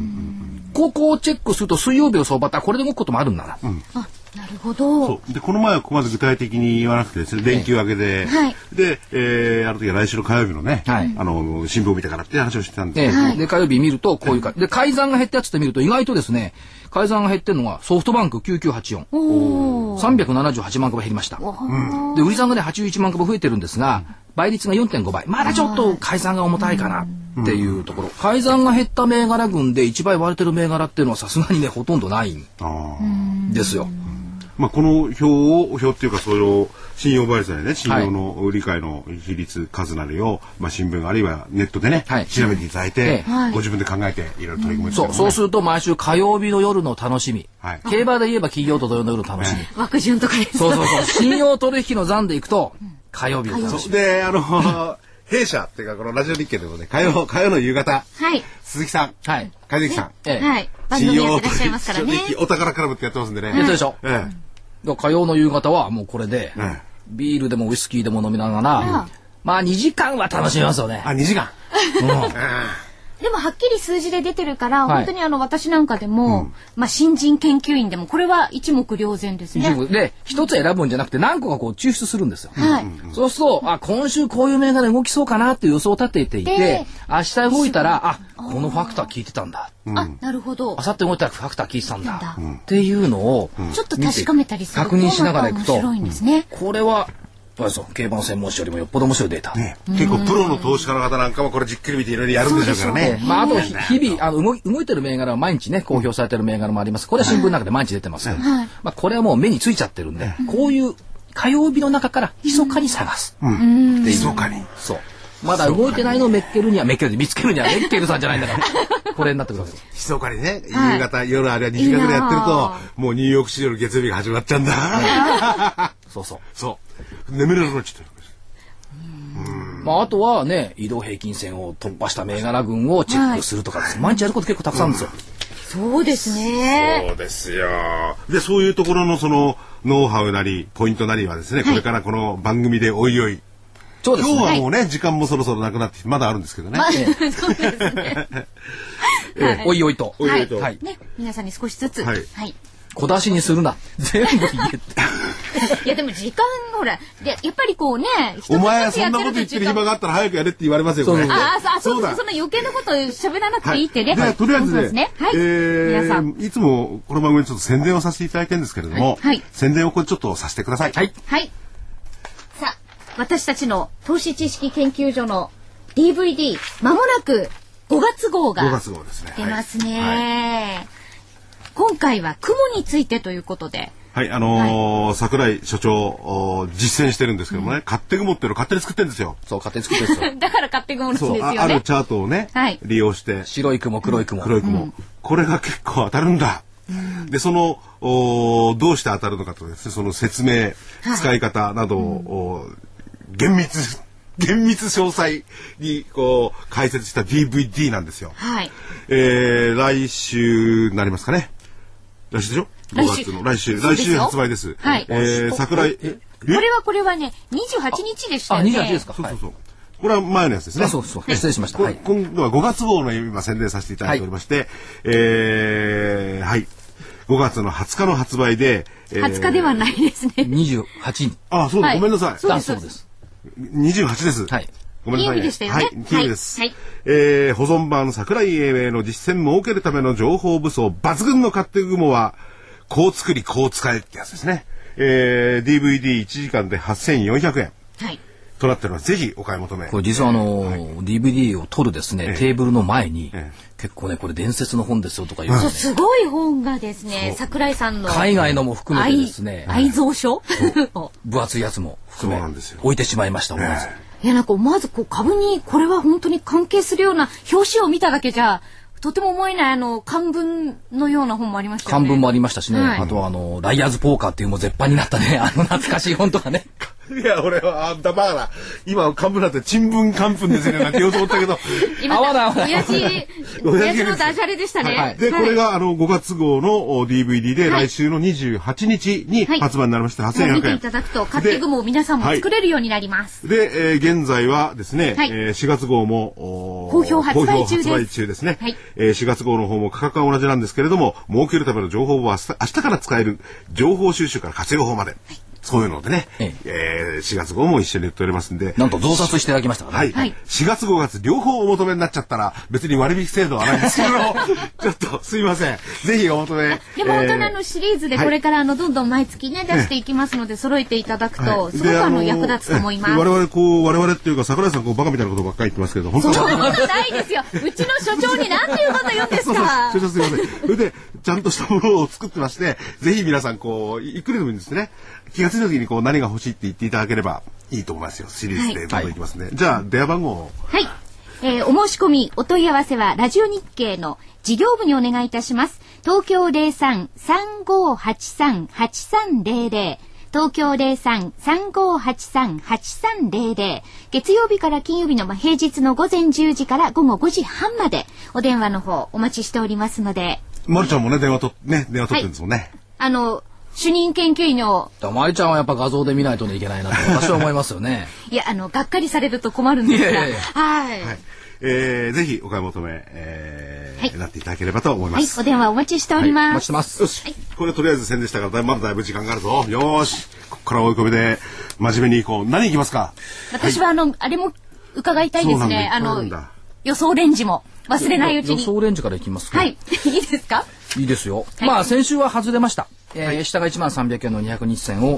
A: ここをチェックすると水曜日の相場ってあこれで動くこともあるんだな。
B: あなるほど
C: そうでこの前はここまで具体的に言わなくてですね連休明けで、
B: はい
C: で、えーある時は来週の火曜日のね、
A: はい
C: あの新聞を見たからって話をしてたん
A: え
C: で
A: え
C: す
A: で、火曜日見ると、こういうか、で、改ざんが減ったやつって見ると、意外とですね、改ざんが減ってるのは、ソフトバンク9984。
B: おー
A: 378万株減りました。で、売り算がね、81万株増えてるんですが、倍率が4.5倍。まだちょっと改ざんが重たいかなっていうところ。改ざんが減った銘柄群で1倍割れてる銘柄っていうのはさすがにね、ほとんどないん
C: あー
A: ですよ。
C: まあ、この表を表っていうかそれを信用倍率だよね信用の理解の比率数なりを、まあ、新聞あるいはネットでね、
A: はい
C: 調べていただいて、
A: ええ
B: はい
C: ご自分で考えていろいろ取り組むってい
A: そう、そうす
C: る
A: ると毎週火曜日の夜の楽しみ。
C: はい
A: 競馬で言えば金曜と土曜の夜の楽しみ。
B: 枠順とかです
A: そうそうそう。 信用取引の残でいくと、火曜日の楽しみ。
C: であの 弊社っていうかこのラジオ日経でもね火曜火曜の夕方
B: はい
C: 鈴木さん
A: はい。
C: 金関さん
A: ええ
B: はい番組やってらっしゃいますからね
C: 信用取引お宝クラブってやってますんでね
A: やってるでしょ
C: ええ
A: だから火曜の夕方はもうこれで、
C: ええ
A: ビールでもウイスキーでも飲みながら、まあ2時間は楽しめますよね。
C: あ2時間
B: でもはっきり数字で出てるから、
A: はい
B: 本当にあの私なんかでも、まあ新人研究員でもこれは一目瞭然ですね。
A: で、一つ選ぶんじゃなくて何個かこう抽出するんですよ。
B: はい。
A: そうすると、あ、今週こういう銘柄動きそうかなっていう予想を立てていて
B: ええ、
A: 明日動いたら、あ、このファクター聞いてたんだ。
B: あ、なるほど
A: 明。後日動いたらファクター聞いてたんだ。
B: うん
A: っていうのを、
B: ちょっと確かめたりすると
A: 確認しながらいくと
B: 面白いんですね。
A: これは、そうですよ競馬の専門誌よりもよっぽど面白いデータ。
C: ね結構プロの投資家の方なんかもこれじっくり見ていろいろやるんでしょうからね
A: まあ、あとひ日々あの動い動いてる銘柄は毎日ね公表されてる銘柄もありますこれは新聞の中で毎日出てますけど、まあ、これはもう目についちゃってるんで、こういう火曜日の中から密かに探す、
C: うん密かに
A: そうまだ動いてないのをメッケルには、メッケルに見つけるには、メッケルさんじゃないん だから、これになってください。
C: 密かにね、夕方、夜あるいは2時間ぐらいやってると、もうニューヨーク市場の月曜日が始まっちゃう んだ。
A: そうそう。
C: そう。眠れなくなっちゃった。
A: まあ、あとはね、移動平均線を突破した銘柄群をチェックするとかです、毎日やること結構たくさんあるんですよ。
B: そうですね。
C: そうですよ。で、そういうところのその、ノウハウなり、ポイントなりはですね、これからこの番組でおいおい。
A: そうです
C: 今日
A: ね。
C: はもうね、時間もそろそろなくなってきて、まだあるんですけどね。
B: そうですね。
A: おいおいと。
C: おいおいと。
A: はい。
B: ね、皆さんに少しずつ。
C: はい
B: はい
A: 小出しにするな。全部言えって。
B: いやでも時間ほらでやっぱりこうね
C: お前はそんなこと言ってる暇
B: が
C: があったら早くやれって言われますよ、これ。
A: そう
B: ああそうそう
C: だ
B: そんな余計なこと喋らなくていいってね、
C: はい、でとりあえず
B: そうで
C: ね
B: すねはい、
C: えー
B: 皆さん
C: いつもこの番組でちょっと宣伝をさせていただいてるんですけれども、
B: はいはい
C: 宣伝をこれちょっとさせてください。
A: はい。
B: はいさあ私たちの投資知識研究所の DVD まもなく5月号
C: 5
B: が
C: 月号ですね。
B: 出ますね、
C: はい
B: 今回は雲についてということで
C: はい、あのー桜井所長、おー実践してるんですけどもね、勝手雲っていうのを勝手に作ってるんですよ。
A: そう、勝手に作ってるんですよ。
B: だから買ってくるんですよ
C: あ
B: ね
C: あるチャートをね、
B: はい
C: 利用して、
A: 白い雲、黒い雲。
C: 黒い雲、これが結構当たるんだ。で、その、おーどうして当たるのかとですね、その説明、使い方などを、おー厳密、厳密詳細にこう解説した DVD なんですよ。
B: はい
C: えー、来週になりますかね。来週でしょ
B: 来
C: ?5
B: 週
C: 月の来週、
B: そう
C: 来
B: ですよ
C: 週発売です。
B: はい
C: えー、桜井、え
B: これはこれはね28日でした
A: あ、
B: よ
A: 28
B: ね
A: ですか。
C: そう
A: は
C: そ。
A: いう
C: そう。これは前のやつですね。
A: あそうそう失礼しました
C: こ
A: はい
C: 今度は5月号の今宣伝させていただいておりまして、えー、はい。5月の20日の発売で、えー
B: 20日ではないですね。
A: 28人。
C: あ、そうだ、
B: はい
C: ごめんなさい。
B: そう
A: だ
B: です
A: そうです。
C: 28です。
A: はい。
C: ごめんな
B: 金曜
C: さい、
B: 日でしたよね
C: はい、金曜日です。
B: はいはい
C: えー保存版桜井英明の実践を受けるための情報武装抜群の勝手雲は、こう作り、こう使えってやつですね。えー、DVD1 時間で8400円
B: はい。
C: となっております。ぜひお買い求め。
A: これ実はあの、DVD を撮るですね、テーブルの前に、
C: え
A: 結構ね、これ伝説の本ですよとか言う、
B: そう、すごい本がですね、桜井さんの
A: 海外のも含めてですね、
B: 愛愛蔵書
A: 分厚いやつも含め
C: そうなんですよ
A: 置いてしまいました、思わず
B: いや、なんか思わずこう株にこれは本当に関係するような表紙を見ただけじゃ、とても思えないあの、漢文のような本もありましたよ
A: 漢
B: ね。
A: 文もありましたしね、
B: はい
A: あとはあの、ライアーズポーカーっていうもう絶版になったね、あの懐かしい本とかね。
C: いや、俺は、あんたバカだ。今、漢文だって、ちんぶん漢文ですよね、なんて言おうと思ったけど。
B: 今、
A: 合わない合わない
B: 親父、親父のダジャレでしたね。
A: はい
C: で、これが、あの、5月号のお DVD で、
B: はい
C: 来週の28日に
B: はい
C: 発売になりまして、
B: もう見
C: 8400
B: て
C: 円。
B: いただくと、勝手雲を皆さんも作れるようになります。
C: で、えー現在はですね、
B: はい
C: えー4月号もおー
B: 好評発売中です
C: 好評発売中ですね、
B: はい
C: えー4月号の方も価格は同じなんですけれども、儲けるための情報は明日明日から使える情報収集から活用法まで、そういうのでね、
A: え
C: えー4月号も一緒に売っておりますんで、
A: なんと増刷していただきましたから
C: は
A: ね。
C: い、
B: はい
C: 4月5月両方お求めになっちゃったら別に割引制度はないんですけどち ょっとすいませんぜひお求め
B: でも本当に
C: え
B: あ
C: ー
B: のシリーズで
C: はい
B: これからあのどんどん毎月ね出していきますので揃えていただく
C: は
B: と
C: い
B: すご
C: で
B: くあの
C: ー
B: 役立つと思いま
C: え
B: す。
C: 我々こう我々っていうか桜井さんこうバカみたいなことばっかり言ってますけど本当に
B: そうないですよ。うちの所長になんていうこと言うんです
C: そうそう
B: か
C: 所。長すいません。それで、ちゃんとしたものを作ってまして、ぜひ皆さん、こう、ゆっくりでもいいんですね。気がついた時に、こう、何が欲しいって言っていただければいいと思いますよ。シリーズでどんどんいきますね。じゃあ、電話番号を。
B: はい。えーお申し込み、お問い合わせは、ラジオ日経の事業部にお願いいたします。東京03-3583-8300。東京03-3583-8300。月曜日から金曜日のまあ平日の午前10時から午後5時半まで、お電話の方お待ちしておりますので、
C: まるちゃんもね、電話と、ね、電話取ってるんですもんね。
B: あの、主任研究員の、
A: だまりちゃんはやっぱ画像で見ないとねいけないなと私は思いますよね。
B: いや、あの、がっかりされると困るんですが、
A: いやいやいや
B: はい。
C: はい。えー、ぜひお買い求め、えー
B: はい
C: なっていただければと思いま
B: はい、
C: す。
B: お電話お待ちしてお
A: はい、
B: り
A: お
B: ます。
A: 待ちしてます。
C: よし、これとりあえず宣伝したからだいまだだいぶ時間があるぞよーしここから追い込みで真面目にいこう何いきますか
B: 私はあの、あれも伺いたいで
C: そ
B: す
C: うなんだ
B: ね。あ
C: いっぱいあるん
B: の
C: だ、
B: 予想レンジも忘れないうち
A: 予
B: に。
A: 想レンジからいきますか。
B: はい。 いいですか
A: いいですよ。
B: い
A: まあ先週は外れました。えー下が1万300円の200日線を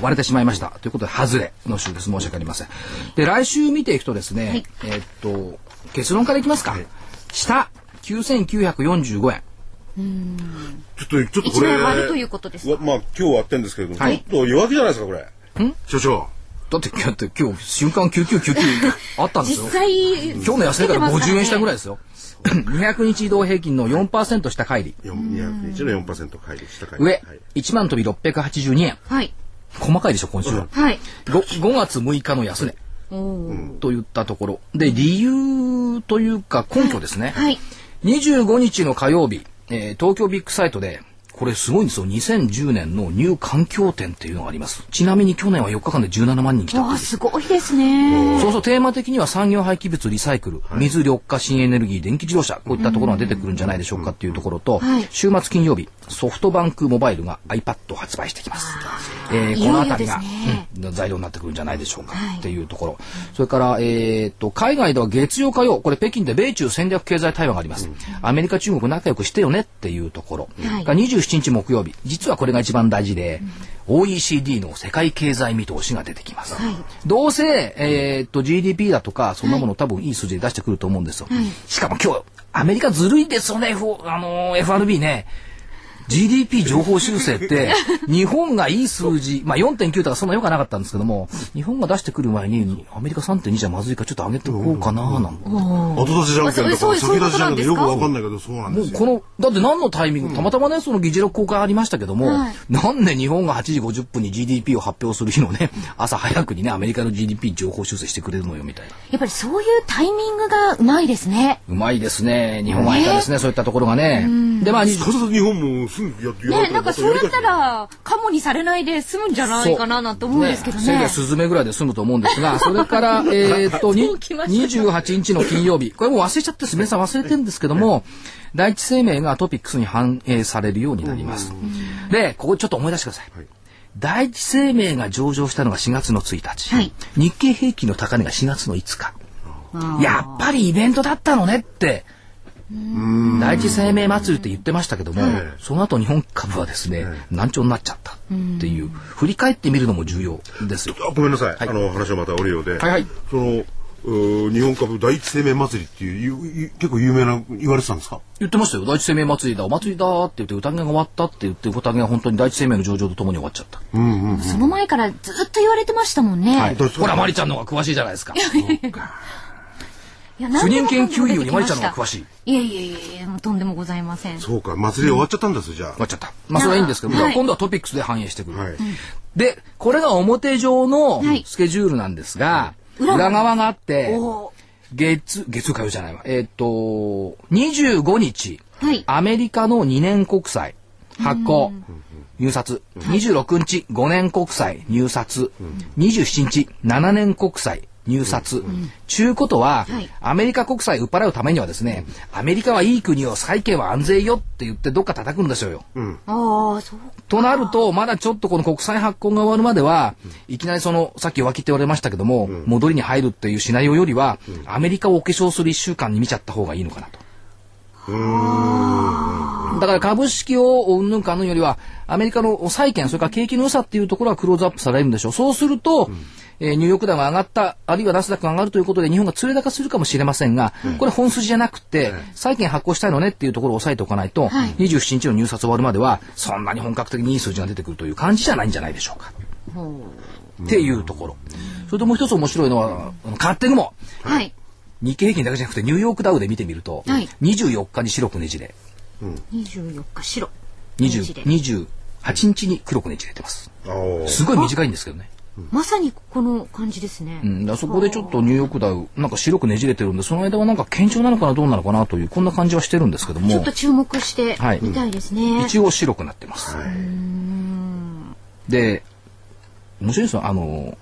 A: お割れてしまいました。ということで、外れの週です。申し訳ありません。で、来週見ていくとですね、
B: い
A: えーっと、結論からいきますか。下、9945円。
C: ちょっとちょっと
B: 一番割るということですか
C: わまあ今日割ってんですけれども、
A: はい
C: ちょっと弱気じゃないですかこれ所長
A: だってだって今日瞬間9999あったんですよ
B: 実。際
A: 今日の安値から
B: 出てます
A: 50
B: ね
A: 円下ぐらいですよ。200日移 動平均の4%下乖離。
C: よ200日の4%乖離した乖離
A: 上、1万飛び682円。
B: はい
A: 細かいでしょ、今週は。
B: はい
A: 5, 月6日の安値。といったところ。で、理由というか根拠ですね。
B: はい
A: 25日の火曜日、えー東京ビッグサイトで、これすごいんですよ。2010年のニュー環境展っていうのがあります。ちなみに去年は4日間で17万人来たって
B: わ
A: いう
B: あすごいですね
A: そうそう、テーマ的には産業廃棄物リサイクル、水、緑化、新エネルギー、電気自動車、こういったところが出てくるんじゃないでしょうかっていうところと、
B: はい
A: 週末金曜日、ソフトバンクモバイルが iPad を発売してきます。えー
B: いよいよ
A: このあたりが、
B: ですね
A: うん材料になってくるんじゃないでしょうかっていうところ。それから、えーっと、海外では月曜火曜、これ北京で米中戦略経済対話があります。アメリカ、中国仲良くしてよねっていうところ。
B: はい
A: が27日木曜日、実はこれが一番大事で、OECD の世界経済見通しが出てきます。どうせ、えーっと、GDP だとか、そんなもの、多分いい数字で出してくると思うんですよ。しかも今日、アメリカずるいですよね、F あのー FRB ね。GDP 情報修正 って、日本がいい数字、まあ4.9とかそんな良くはなかったんですけども、日本が出してくる前に、アメリカ3.2じゃまずいからちょっと上げておこうかな、なんて。も
C: 後出しじゃんけんと
B: そう
C: か
B: そう
C: 先出しじゃんけんとか
B: そういうことなんですか
C: よくわかんないけどそうなんで
A: う
C: すよ
A: この、だって何のタイミング、たまたまね、その議事録公開ありましたけども、なんで日本が8時50分に GDP を発表する日のね、 朝早くにね、アメリカの GDP 情報修正してくれるのよ、みたいな。
B: やっぱりそういうタイミングがうまいですね
A: うまいですね。日本は下手ですね、そういったところがね。で、まあ、20
C: 必ず日本もすぐやってや
B: ねなんかそうやった
C: ら
B: らカモにされないで済むんじゃないかななんて思うんですけど
A: せい
B: ね
A: ぜいスズメぐらいで済むと思うんです が、それから、えーっと、に
B: 来ました
A: 28日の金曜日、これもう忘れちゃってす、皆さん忘れてるんですけども、第一生命がトピックスに反映されるようになります。で、ここちょっと思い出してください。第一生命が上場したのが4月の1日、
B: はい
A: 日経平均の高値が4月の5日。やっぱりイベントだったのねって、第一生命祭りって言ってましたけども、その後日本株はですね、難聴になっちゃったっていう、振り返ってみるのも重要ですよ。
C: あごめんなさい、
A: はい
C: あの話をまた折るようで、
A: はいはい
C: そのうー日本株第一生命祭りっていうゆゆ結構有名な言われてたんですか
A: 言ってましたよ。第一生命祭りだ、お祭りだって言って、宴が終わったって言って、宴が本当に第一生命の上場とともに終わっちゃった。
B: その前からずっと言われてましたもんね、
C: いどうですか
A: ほら、マリちゃんの方が詳しいじゃないですか。
B: いや何でもかんでも出てきました
A: 主任研究員よりマリちゃんの方が詳し
B: いやいやいやいやもうとんでもございません
C: そうか祭り終わっちゃったんですよじゃ
A: 終
C: あ、
A: わっちゃった。まあ、それはいいんですけど、
B: はい
A: 今度はトピックスで反映してくる。
C: はい
A: で、これが表上の
B: はい
A: スケジュールなんですが、裏側があって、
B: おー
A: 月、月火曜じゃないわ。えーっと、25日、
B: はい
A: アメリカの2年国債発行、入札。26日、5年国債入札。27日、7年国債入札。ちゅうことは、
B: はい
A: アメリカ国債売っ払うためにはですね、アメリカはいい国を債権は安全よって言ってどっか叩くんですよ。
B: ああそう
A: となると、まだちょっとこの国債発行が終わるまでは、いきなりその、さっき浮気って言われましたけども、戻りに入るっていうシナリオよりは、アメリカをお化粧する1週間に見ちゃった方がいいのかなと。だから株式をうんぬんかんぬんよりは、アメリカの債券、それから景気の良さっていうところはクローズアップされるんでしょう。そうすると、えーニューヨークダウが上がった、あるいはナスダックが上がるということで、日本が連れ高するかもしれませんが、これ本筋じゃなくて、債券発行したいのねっていうところを押さえておかないと、27日の入札終わるまでは、そんなに本格的にいい数字が出てくるという感じじゃないんじゃないでしょうか。っていうところ。それともう一つ面白いのは、あのカッテングも、
B: はい
A: 日経平均だけじゃなくてニューヨークダウで見てみると、
B: はい
A: 24日に白くねじれ、
B: 24日白
A: 20 28日に黒くねじれてます。すごい短いんですけどね。
B: まさにこの感じですね、
A: うん、だからそこでちょっとニューヨークダウ、なんか白くねじれてるんで、その間はなんか堅調なのかな、どうなのかなという、こんな感じはしてるんですけど
B: ちょっ
A: も
B: と、注目して
A: はい
B: みたいですね、
A: 一応白くなってます。で、面白いですよ、あの、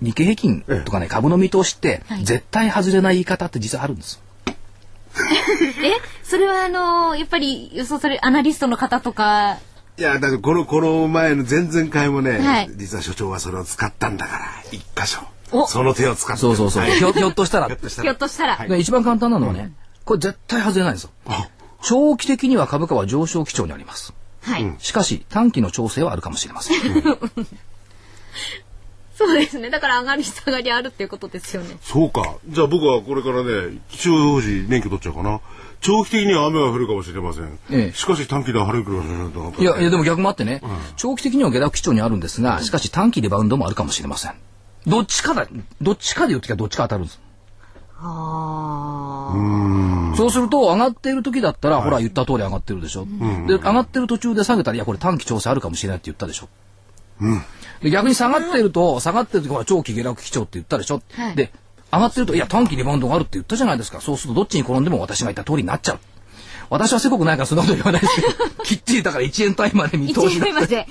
A: 日経平均とかね、株の見通しって、
B: はい
A: 絶対外れない言い方って実はあるんですよ。
B: えそれはあのーやっぱり予想されるアナリストの方とか
C: いやだってこのこの前の前々回もね、
B: はい
C: 実は所長はそれを使ったんだから一箇
B: お
C: 所その手を使って
A: そうそうそう。ひょひょっとしたら
C: ひょっ、とした
B: ひょっ
C: ら
B: としたら、
A: で一番簡単なのはね、これ絶対外れないんですよ。長期的には株価は上昇基調にあります。
B: はい、
A: しかし、短期の調整はあるかもしれません。
B: そうですねだから上がり下がりあるっていうことですよね
C: そうかじゃあ僕はこれからね気象予報士免許取っちゃおうかな長期的には雨が降るかもしれません、
A: ええ
C: しかし短期では晴れるかもしれないと
A: いや、いやでも逆もあってね、長期的には下落基調にあるんですが、しかし短期リバウンドもあるかもしれません。どっちかだ、どっちかで言うときはどっちか当たるんです。そうすると、上がっている時だったら、ほら、言った通り上がってるでしょ。で、上がってる途中で下げたら、いや、これ短期調整あるかもしれないって言ったでしょ。で逆に下がってると、下がってる時は長期下落基調って言ったでしょ。で、上がってると、いや、短期リバウンドがあるって言ったじゃないですか。そうすると、どっちに転んでも私が言った通りになっちゃう。私はせこくないから、そんなこと言わないですけ ど、きっちりだから1円単位まで見
D: 一
A: 通し
D: 応
A: が
D: 目まで。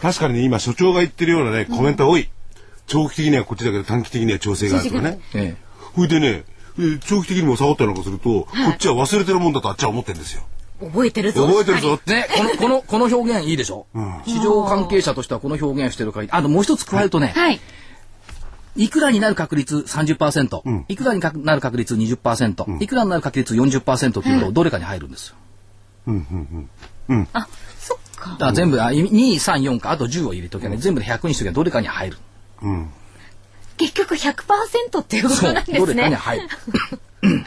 C: 確かにね、今所長が言ってるようなね、コメントは多い。長期的にはこっちだけど短期的には調整があるとかね。
A: ええ
C: ほいでね、えー長期的にも下がったりなんかすると、こっちは忘れてるもんだとあっちは思ってるんですよ。
D: 覚えてるぞ。
C: 覚えてるぞって。
A: ね、この、この、この表現いいでしょ、市場関係者としてはこの表現をしてる限り、あともう一つ加えるとね、
D: はい。
A: い、くらになる確率30%、いくらにかなる確率20%、いくらになる確率40%っていうと、どれかに入るんですよ。
D: あ、そっか
A: だ。から全部、あ2、3、4か、あと10を入れときゃね、全部で100にしときゃどれかに入る。
D: 結局100%っていうことなんで
A: ど
D: す
A: れかに
D: ね。
A: 入る。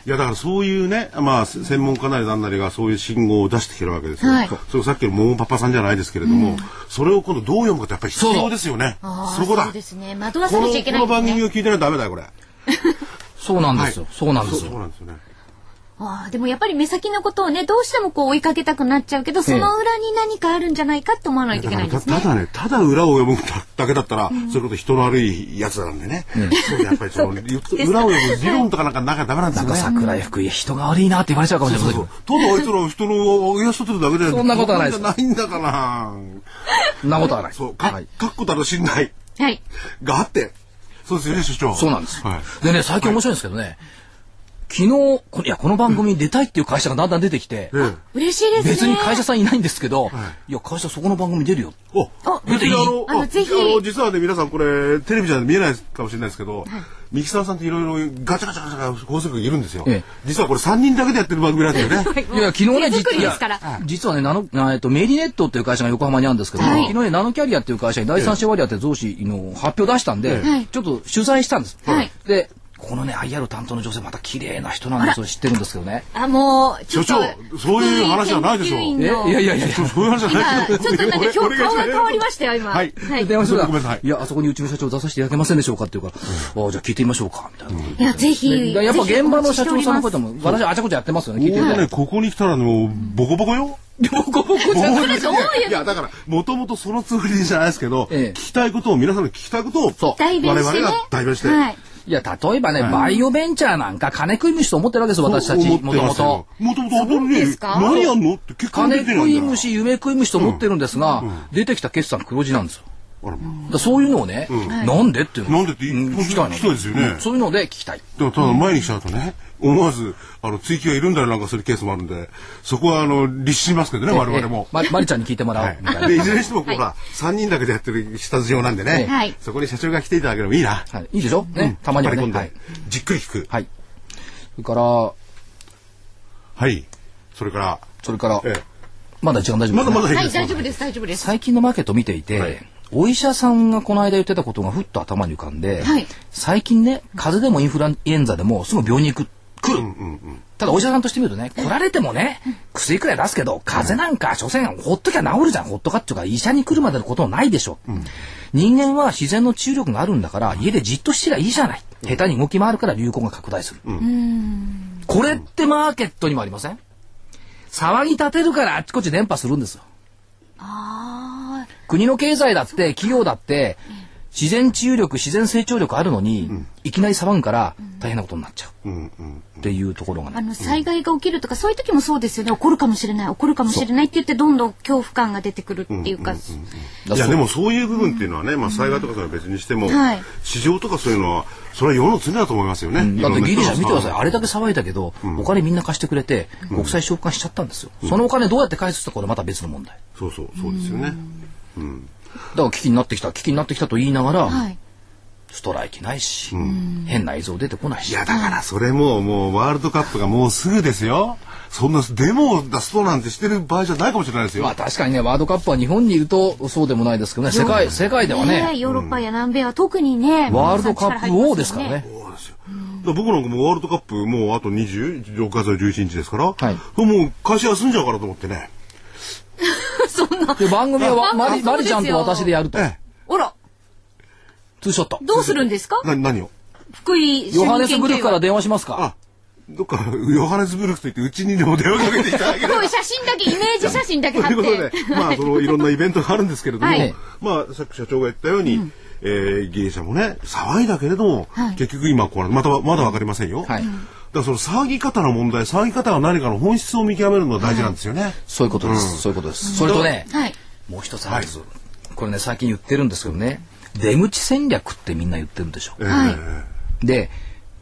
C: いやだからそういうね、まあせ専門家なりなんなりがそういう信号を出してきてるわけですよ。
D: はい
C: そうそれさっきのモモパパさんじゃないですけれども、それを今度どう読むかってやっぱり必
A: そ
C: 要
A: う
C: ですよね。
D: あ
C: そ
D: ー
C: こだ。
D: そう
C: こ
D: ですね。惑わされ
C: の
D: ちゃいけ
C: こ
D: ない
C: の
D: んです
C: 番組
D: ね。
C: を聞いてないとダメだよこれ。
A: そうなんですよ。
C: はい
A: そうなんです
C: そう
A: よ。
C: なんですよね。
D: ああ、でもやっぱり目先のことをね、どうしてもこう追いかけたくなっちゃうけど、その裏に何かあるんじゃないかって思わないとい
C: だ
D: けない
C: から
D: んですね
C: たた。だね、ただ裏を読むだけだったら、そういうこと人の悪いやつなんでね。そうやっぱり そのゆ裏を読む理論とかなんかなんかダメなんです
A: な
C: よ
A: ん
C: ね
A: か。桜井福井、人が悪いなって言われちゃうかもしれま
C: そう
A: せ
C: そ
A: ん
C: うただあいつら人の上げ足取ってるだけで
A: そんなことはないです
C: そんなんじゃないんだから。
A: けど。そんなことはない。
C: そう、
A: は
C: か
A: い、
C: かっこたる信頼
D: はい。
C: があって。そうですよね、所長。
A: そうなんです。
C: はい。
A: でね、最近面白いんですけどね、昨日、こいや、この番組に出たいっていう会社がだんだん出てきて、
C: ええ
D: 嬉しいですね。
A: 別に会社さんいないんですけど、いや、会社そこの番組出るよ。
C: お、別にあの、
D: あのぜひ
C: あの、実はね、皆さんこれ、テレビじゃ見えないかもしれないですけど、ミキサーさんっていろいろガチャガチャガチャガチャ高速いるんですよ
A: ええ。
C: 実はこれ3人だけでやってる番組なんですよね。
A: いや、昨日ね、
D: 手
A: 実
D: 作り
A: い
D: で
A: や
D: すから。
A: 実はね、ナノ、あえっと、メディネットっていう会社が横浜にあるんですけど、
D: はい
A: 昨日ね、ナノキャリアっていう会社に第三者割当って増資の発表出したんで、
D: はい
A: ちょっと取材したんです。
D: はい
A: で、このね、IR 担当の女性、また綺麗な人なんですよ、知ってるんですけどね。
D: あ、もう、ちょっと。
C: 所長そういう話じゃないでしょ
D: 研究員
A: えい
D: の
A: やいやいやいや。
C: そういう話じゃない
D: 今、ちょっとなんか今日顔
C: 俺俺
D: が
C: が
D: 変わりましたよ、今。
C: はい
D: は
A: で
D: い。
A: 電話してたら
C: ごめんなさい
A: いや、あそこにうちの社長出させていただけませんでしょうかって言うから、ああ、じゃあ聞いてみましょうか、みたいな。
D: いや、ぜひ。
A: でやっぱ現場の社長さんのこと
D: も。
A: も、私あちゃこちゃやってますよね、聞いてみ
C: 俺
A: た
C: ね、
A: い。
C: ここに来たらもう、ボコボコよ。
A: ボコボコじ
C: ボ
A: ゃ
C: コ
A: ん
C: ボコですよ
D: どういう
C: いや、だから、もともとそのつもりじゃないですけど、
A: ええ
C: 聞きたいことを、皆さんの聞きたいことを、
A: そう
D: 代弁して
C: 我
D: ね。
C: 々が代弁して
D: はい。
A: いや、例えばね、バイオベンチャーなんか金食い虫と思ってるわけですよ、私たち、
C: 思っ
A: も
C: て
A: と
C: ま
A: も
C: すよ
A: と。。
C: もともと当たり
D: そ
C: 前
D: うで
C: に
D: すか
C: 何やんのって結果
A: 金
C: 出て
A: 食
C: ない
A: い
C: んだ
A: 虫、夢食い虫と思ってるんですが、出てきた決算黒字なんですよ。
C: あらま
A: だからそういうのをね、なんでっていうの
C: なんでって
A: うん聞きたいの。
C: 聞きたいですよね
A: うんそういうので聞きたい。
C: でもただ前にしちゃうとね、思わず、あの、追記がいるんだりなんかするケースもあるんで、そこは、あの、律しますけどね、我々も。
A: ええままりちゃんに聞いてもらお
C: は
A: う、みたい
C: い。
A: な。
C: で、いずれにしても、ほら、3人だけでやってる下地上なんでね、
D: はい
C: そこに社長が来ていただければいいな。
A: はい、いいでしょね、たまには
C: 引っ張
A: ね。
C: り込んで、
A: はい。
C: じっくり聞く。
A: はい。それから、
C: はい。それから、
A: それから、
C: え
A: まだ時間大丈夫
C: まだまだ
D: はいい、
C: いです
D: 大丈夫です、大丈夫です。
A: 最近のマーケット見ていて、
C: はい
A: お医者さんがこの間言ってたことがふっと頭に浮かんで、
D: はい
A: 最近ね風邪でもインフルエンザでもすぐ病院に行く来る、ただお医者さんとしてみるとね来られてもね薬くらい出すけど風邪なんか所詮ほっときゃ治るじゃんほっとかっていうか医者に来るまでのこともないでしょ、人間は自然の治癒力があるんだから家でじっとしてりゃいいじゃない下手に動き回るから流行が拡大する、これってマーケットにもありません騒ぎ立てるからあっちこっち伝播するんですよ国の経済だって企業だって自然治癒力自然成長力あるのに、いきなり騒ぐから大変なことになっちゃう、っていうところが
D: あ
A: ね
D: の、災害が起きるとか、そういう時もそうですよね。起こるかもしれない、起こるかもしれないって言って、どんどん恐怖感が出てくるっていうか。
C: い
A: だ
C: や
A: そう
C: でもそういう部分っていうのはね、まあ、災害とかそれは別にしても、
D: はい
C: 市場とかそういうのはそれは世の常だと思いますよね。
A: だってギリシャ見てくださいあれだ
C: け
A: け騒いだけど、お金みんな貸してくれて国債償還しちゃったんですよ、そのお金どうやって返すってこれまた別の問題
C: そうそうそうですよね。
A: だから危機になってきた危機になってきたと言いながら、
D: はい。
A: ストライキないし、変な映像出てこない
C: い
A: し
C: やだからそれももうワールドカップがもうすぐですよ。そんなデモを出そうなんてしてる場合じゃないかもしれないですよ。
A: まあ確かにねワールドカップは日本にいるとそうでもないですけどね世界世界ではね、
D: ねえヨーロッパや南米は特にね、
A: ワールドカップ王ですからね。
C: そうですよ。だから僕なんかもうワールドカップもうあと26月の11日ですから、
A: はい
C: もう会社休んじゃうからと思ってね。
A: で番組はわ
D: まあ
A: マリ
D: まあ
A: マリちゃ
D: そう
A: んと
D: ですよ
A: 私でやると。
C: ええ
D: あら、
A: ツーショット。
B: どうするんですか
C: な何を
B: 福井
A: ヨハネスブルクから電話しますか
C: あどっかヨハネスブルクといってうちにでも電話かけていただければ
B: すごい写真だけ、イメージ写真だけ貼っ
C: という
B: て
C: ことで、まあ、そのいろんなイベントがあるんですけれども、
B: はい
C: まあ、さっき社長が言ったように、えーギリシャもね、騒いだけれども、
B: はい
C: 結局今こうな、また、まだわかりませんよ。
A: はい
C: だからその騒ぎ方の問題、騒ぎ方は何かの本質を見極めるのが大事なんですよね。
A: そういうことです。そういうことです。それとね、
B: はい。
A: もう一つあるんです、これね、最近言ってるんですけどね、出口戦略ってみんな言ってるでしょ。
C: えー
A: で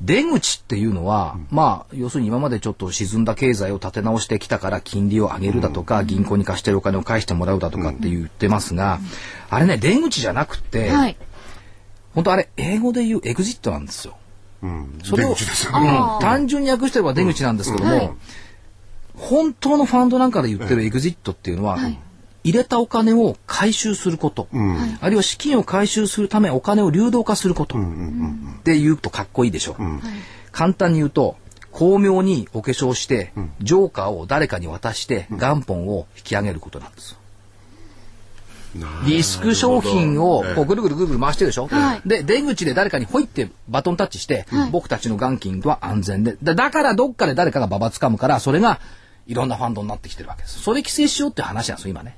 A: 出口っていうのは、まあ要するに今までちょっと沈んだ経済を立て直してきたから金利を上げるだとか、銀行に貸してるお金を返してもらうだとかって言ってますが、あれね出口じゃなくて、
B: はい。
A: 本当あれ英語で言うエグジットなんですよ。
C: うん、出
A: それを
C: 口ですよね。
A: うん、単純に訳してれば出口なんですけども、本当のファンドなんかで言ってるエグジットっていうのは、入れたお金を回収すること、あるいは資金を回収するためお金を流動化することって言うとかっこいいでしょ。簡単に言うと巧妙にお化粧して、ジョーカーを誰かに渡して元本を引き上げることなんですよ。リスク商品をこうぐるぐるぐるぐる回してるでしょ、
B: はい
A: で出口で誰かにほいってバトンタッチして、僕たちの元金は安全でだだからどっかで誰かがババつかむからそれがいろんなファンドになってきてるわけですそれ規制しようって話なんですよ今ね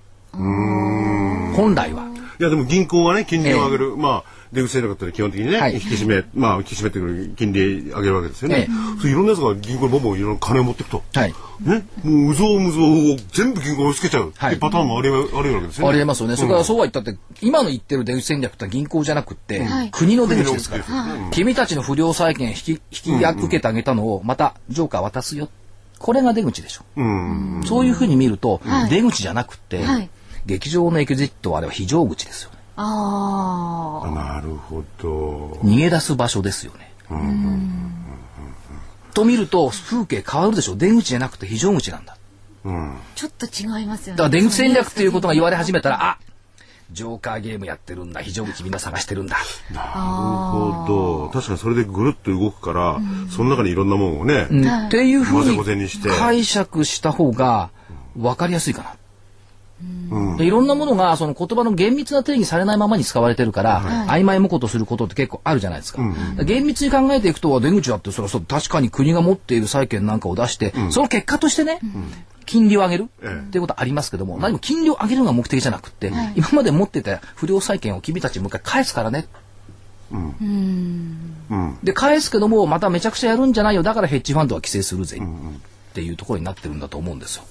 A: 本来はい
C: や、でも銀行はね、金利を上げる、まあ、出口戦略だったら基本的にね、
A: はい
C: 引き締め、まあ、引き締めてくる金利上げるわけですよね。
A: え
C: そういろんなやつが銀行にボンボンいろんな金を持ってくと。
A: はい
C: ね、もう、うぞうむぞうを全部銀行に押し付けちゃう、
A: はい
C: ってパターンもありありえるわけですよね。
A: ありえますよね、それから
C: う
A: そうは言ったって今の言ってる出口戦略って銀行じゃなくって、国の出口ですから、君たちの不良債権引き引き受けてあげたのをまたジョーカー渡すよこれが出口でしょ
C: ん。うん
A: そういうふうに見ると、出口じゃなくて、
B: はい
A: 劇場のエグジットはあれは非常口ですよね。
B: あ
C: あなるほど。
A: 逃げ出す場所ですよね。と見ると風景変わるでしょ。出口じゃなくて非常口なんだ。
C: うん。
B: あ、ちょっと違いますよ
A: だ
B: ね。
A: から出口戦略っていうことが言われ始めたら、あジョーカーゲームやってるんだ。非常口みんな探してるんだ。
C: なるほど。確かにそれでぐるっと動くから、その中にいろんなもんをね、
A: うんっていうふ
C: 混ぜこ
A: う
C: ぜに
A: に
C: して
A: 解釈した方が分かりやすいかな。でいろんなものがその言葉の厳密な定義されないままに使われてるから、曖昧無ことすることって結構あるじゃないですか。だから厳密に考えていくと出口だってそれそう確かに国が持っている債権なんかを出して、その結果としてね、金利を上げる
C: ええ
A: っていうことはありますけども、何も金利を上げるのが目的じゃなくって、今まで持ってた不良債権を君たちもう一回返すからね。で返すけどもまためちゃくちゃやるんじゃないよだからヘッジファンドは規制するぜっていうところになってるんだと思うんですよ。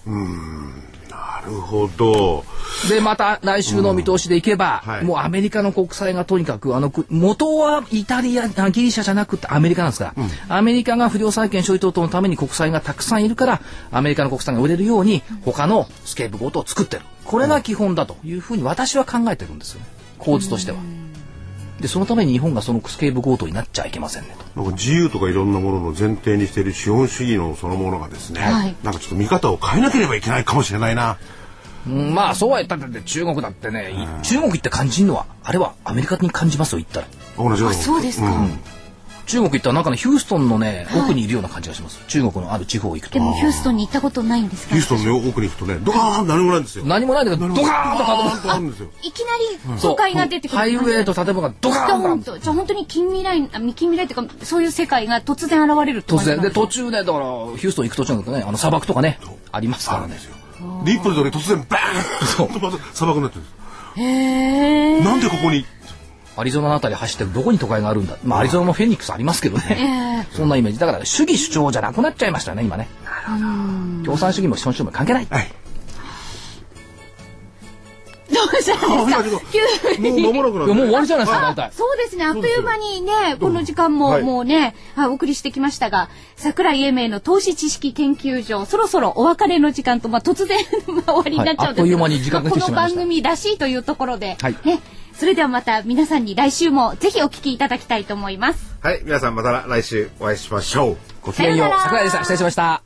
C: なるほど。
A: でまた来週の見通しでいけば、
C: うんはい
A: もうアメリカの国債がとにかくあの国元はイタリアあギリシャじゃなくてアメリカなんですから、アメリカが不良債権処理等々のために国債がたくさんいるからアメリカの国債が売れるように他のスケープゴートを作ってるこれが基本だというふうに私は考えてるんですよね構図としては。でそのために日本がそのスケープゴートになっちゃいけませんねと。
C: なんか自由とかいろんなものの前提にしている資本主義のそのものがですね、
B: はい
C: なんかちょっと見方を変えなければいけないかもしれないな。
A: うんまあそうは言ったって中国だってね、い中国行って感じるのはあれはアメリカに感じますよ行ったら
C: 同じよう
B: あ、
C: な
B: そうですか。
A: 中国行ったらなんかねヒューストンのね奥にいるような感じがします、中国のある地方行くと
B: でもヒューストンに行ったことないんですか
C: ヒューストンの奥に行くとね、ドカーン何もないんですよ。
A: 何もないんだけどドカーンと
C: ドカ
A: か
C: ーンとあるんですよ。
B: いきなり都会が出てくる
A: ハ
B: 感
A: イ
B: じ。
A: ウェイと建物がドカーンと
B: とじゃあ本当に近未来あ近未来というかそういう世界が突然現れるって
A: 突
B: 感じな
A: 然
B: んで
A: です
B: か
A: 途中ねだからヒューストン行く途中なんだとねあの砂漠とかねありますか
C: あ
A: ら
C: るん
A: ね
C: ですよ。で、一歩で突然バーンとまた砂漠になってるんです
B: へえ
C: なんでここに
A: アリゾナのあたり走ってるどこに都会があるんだまあアリゾナのフェニックスありますけどねそんなイメージだから主義主張じゃなくなっちゃいましたね今ね共産主義も資本主義も関係ない
C: はい。
B: どうした
C: あ
B: ん
C: いや
B: で
C: ちょっ
B: す
C: と
B: か急に
C: もう間もなくなっ
A: いやも
C: て
A: う終わりじゃないですか大体
B: そうですね、あっという間にね、この時間
C: は
B: も
C: い
B: もうね、はいお送りしてきましたが、桜井英明の投資知識研究所、そろそろお別れの時間と、まあ、突然 まあ終わりになっちゃう
A: はいあっ
B: んですけど、
A: という間に時間が来てしまいました
B: この番組らしいというところで、
A: はい
B: ね、それではまた皆さんに来週もぜひお聞きいただきたいと思います。
E: はい、皆さんまた来週お会いしましょう。
A: ごきげんよう
B: さよなら
A: 桜井でした失礼しました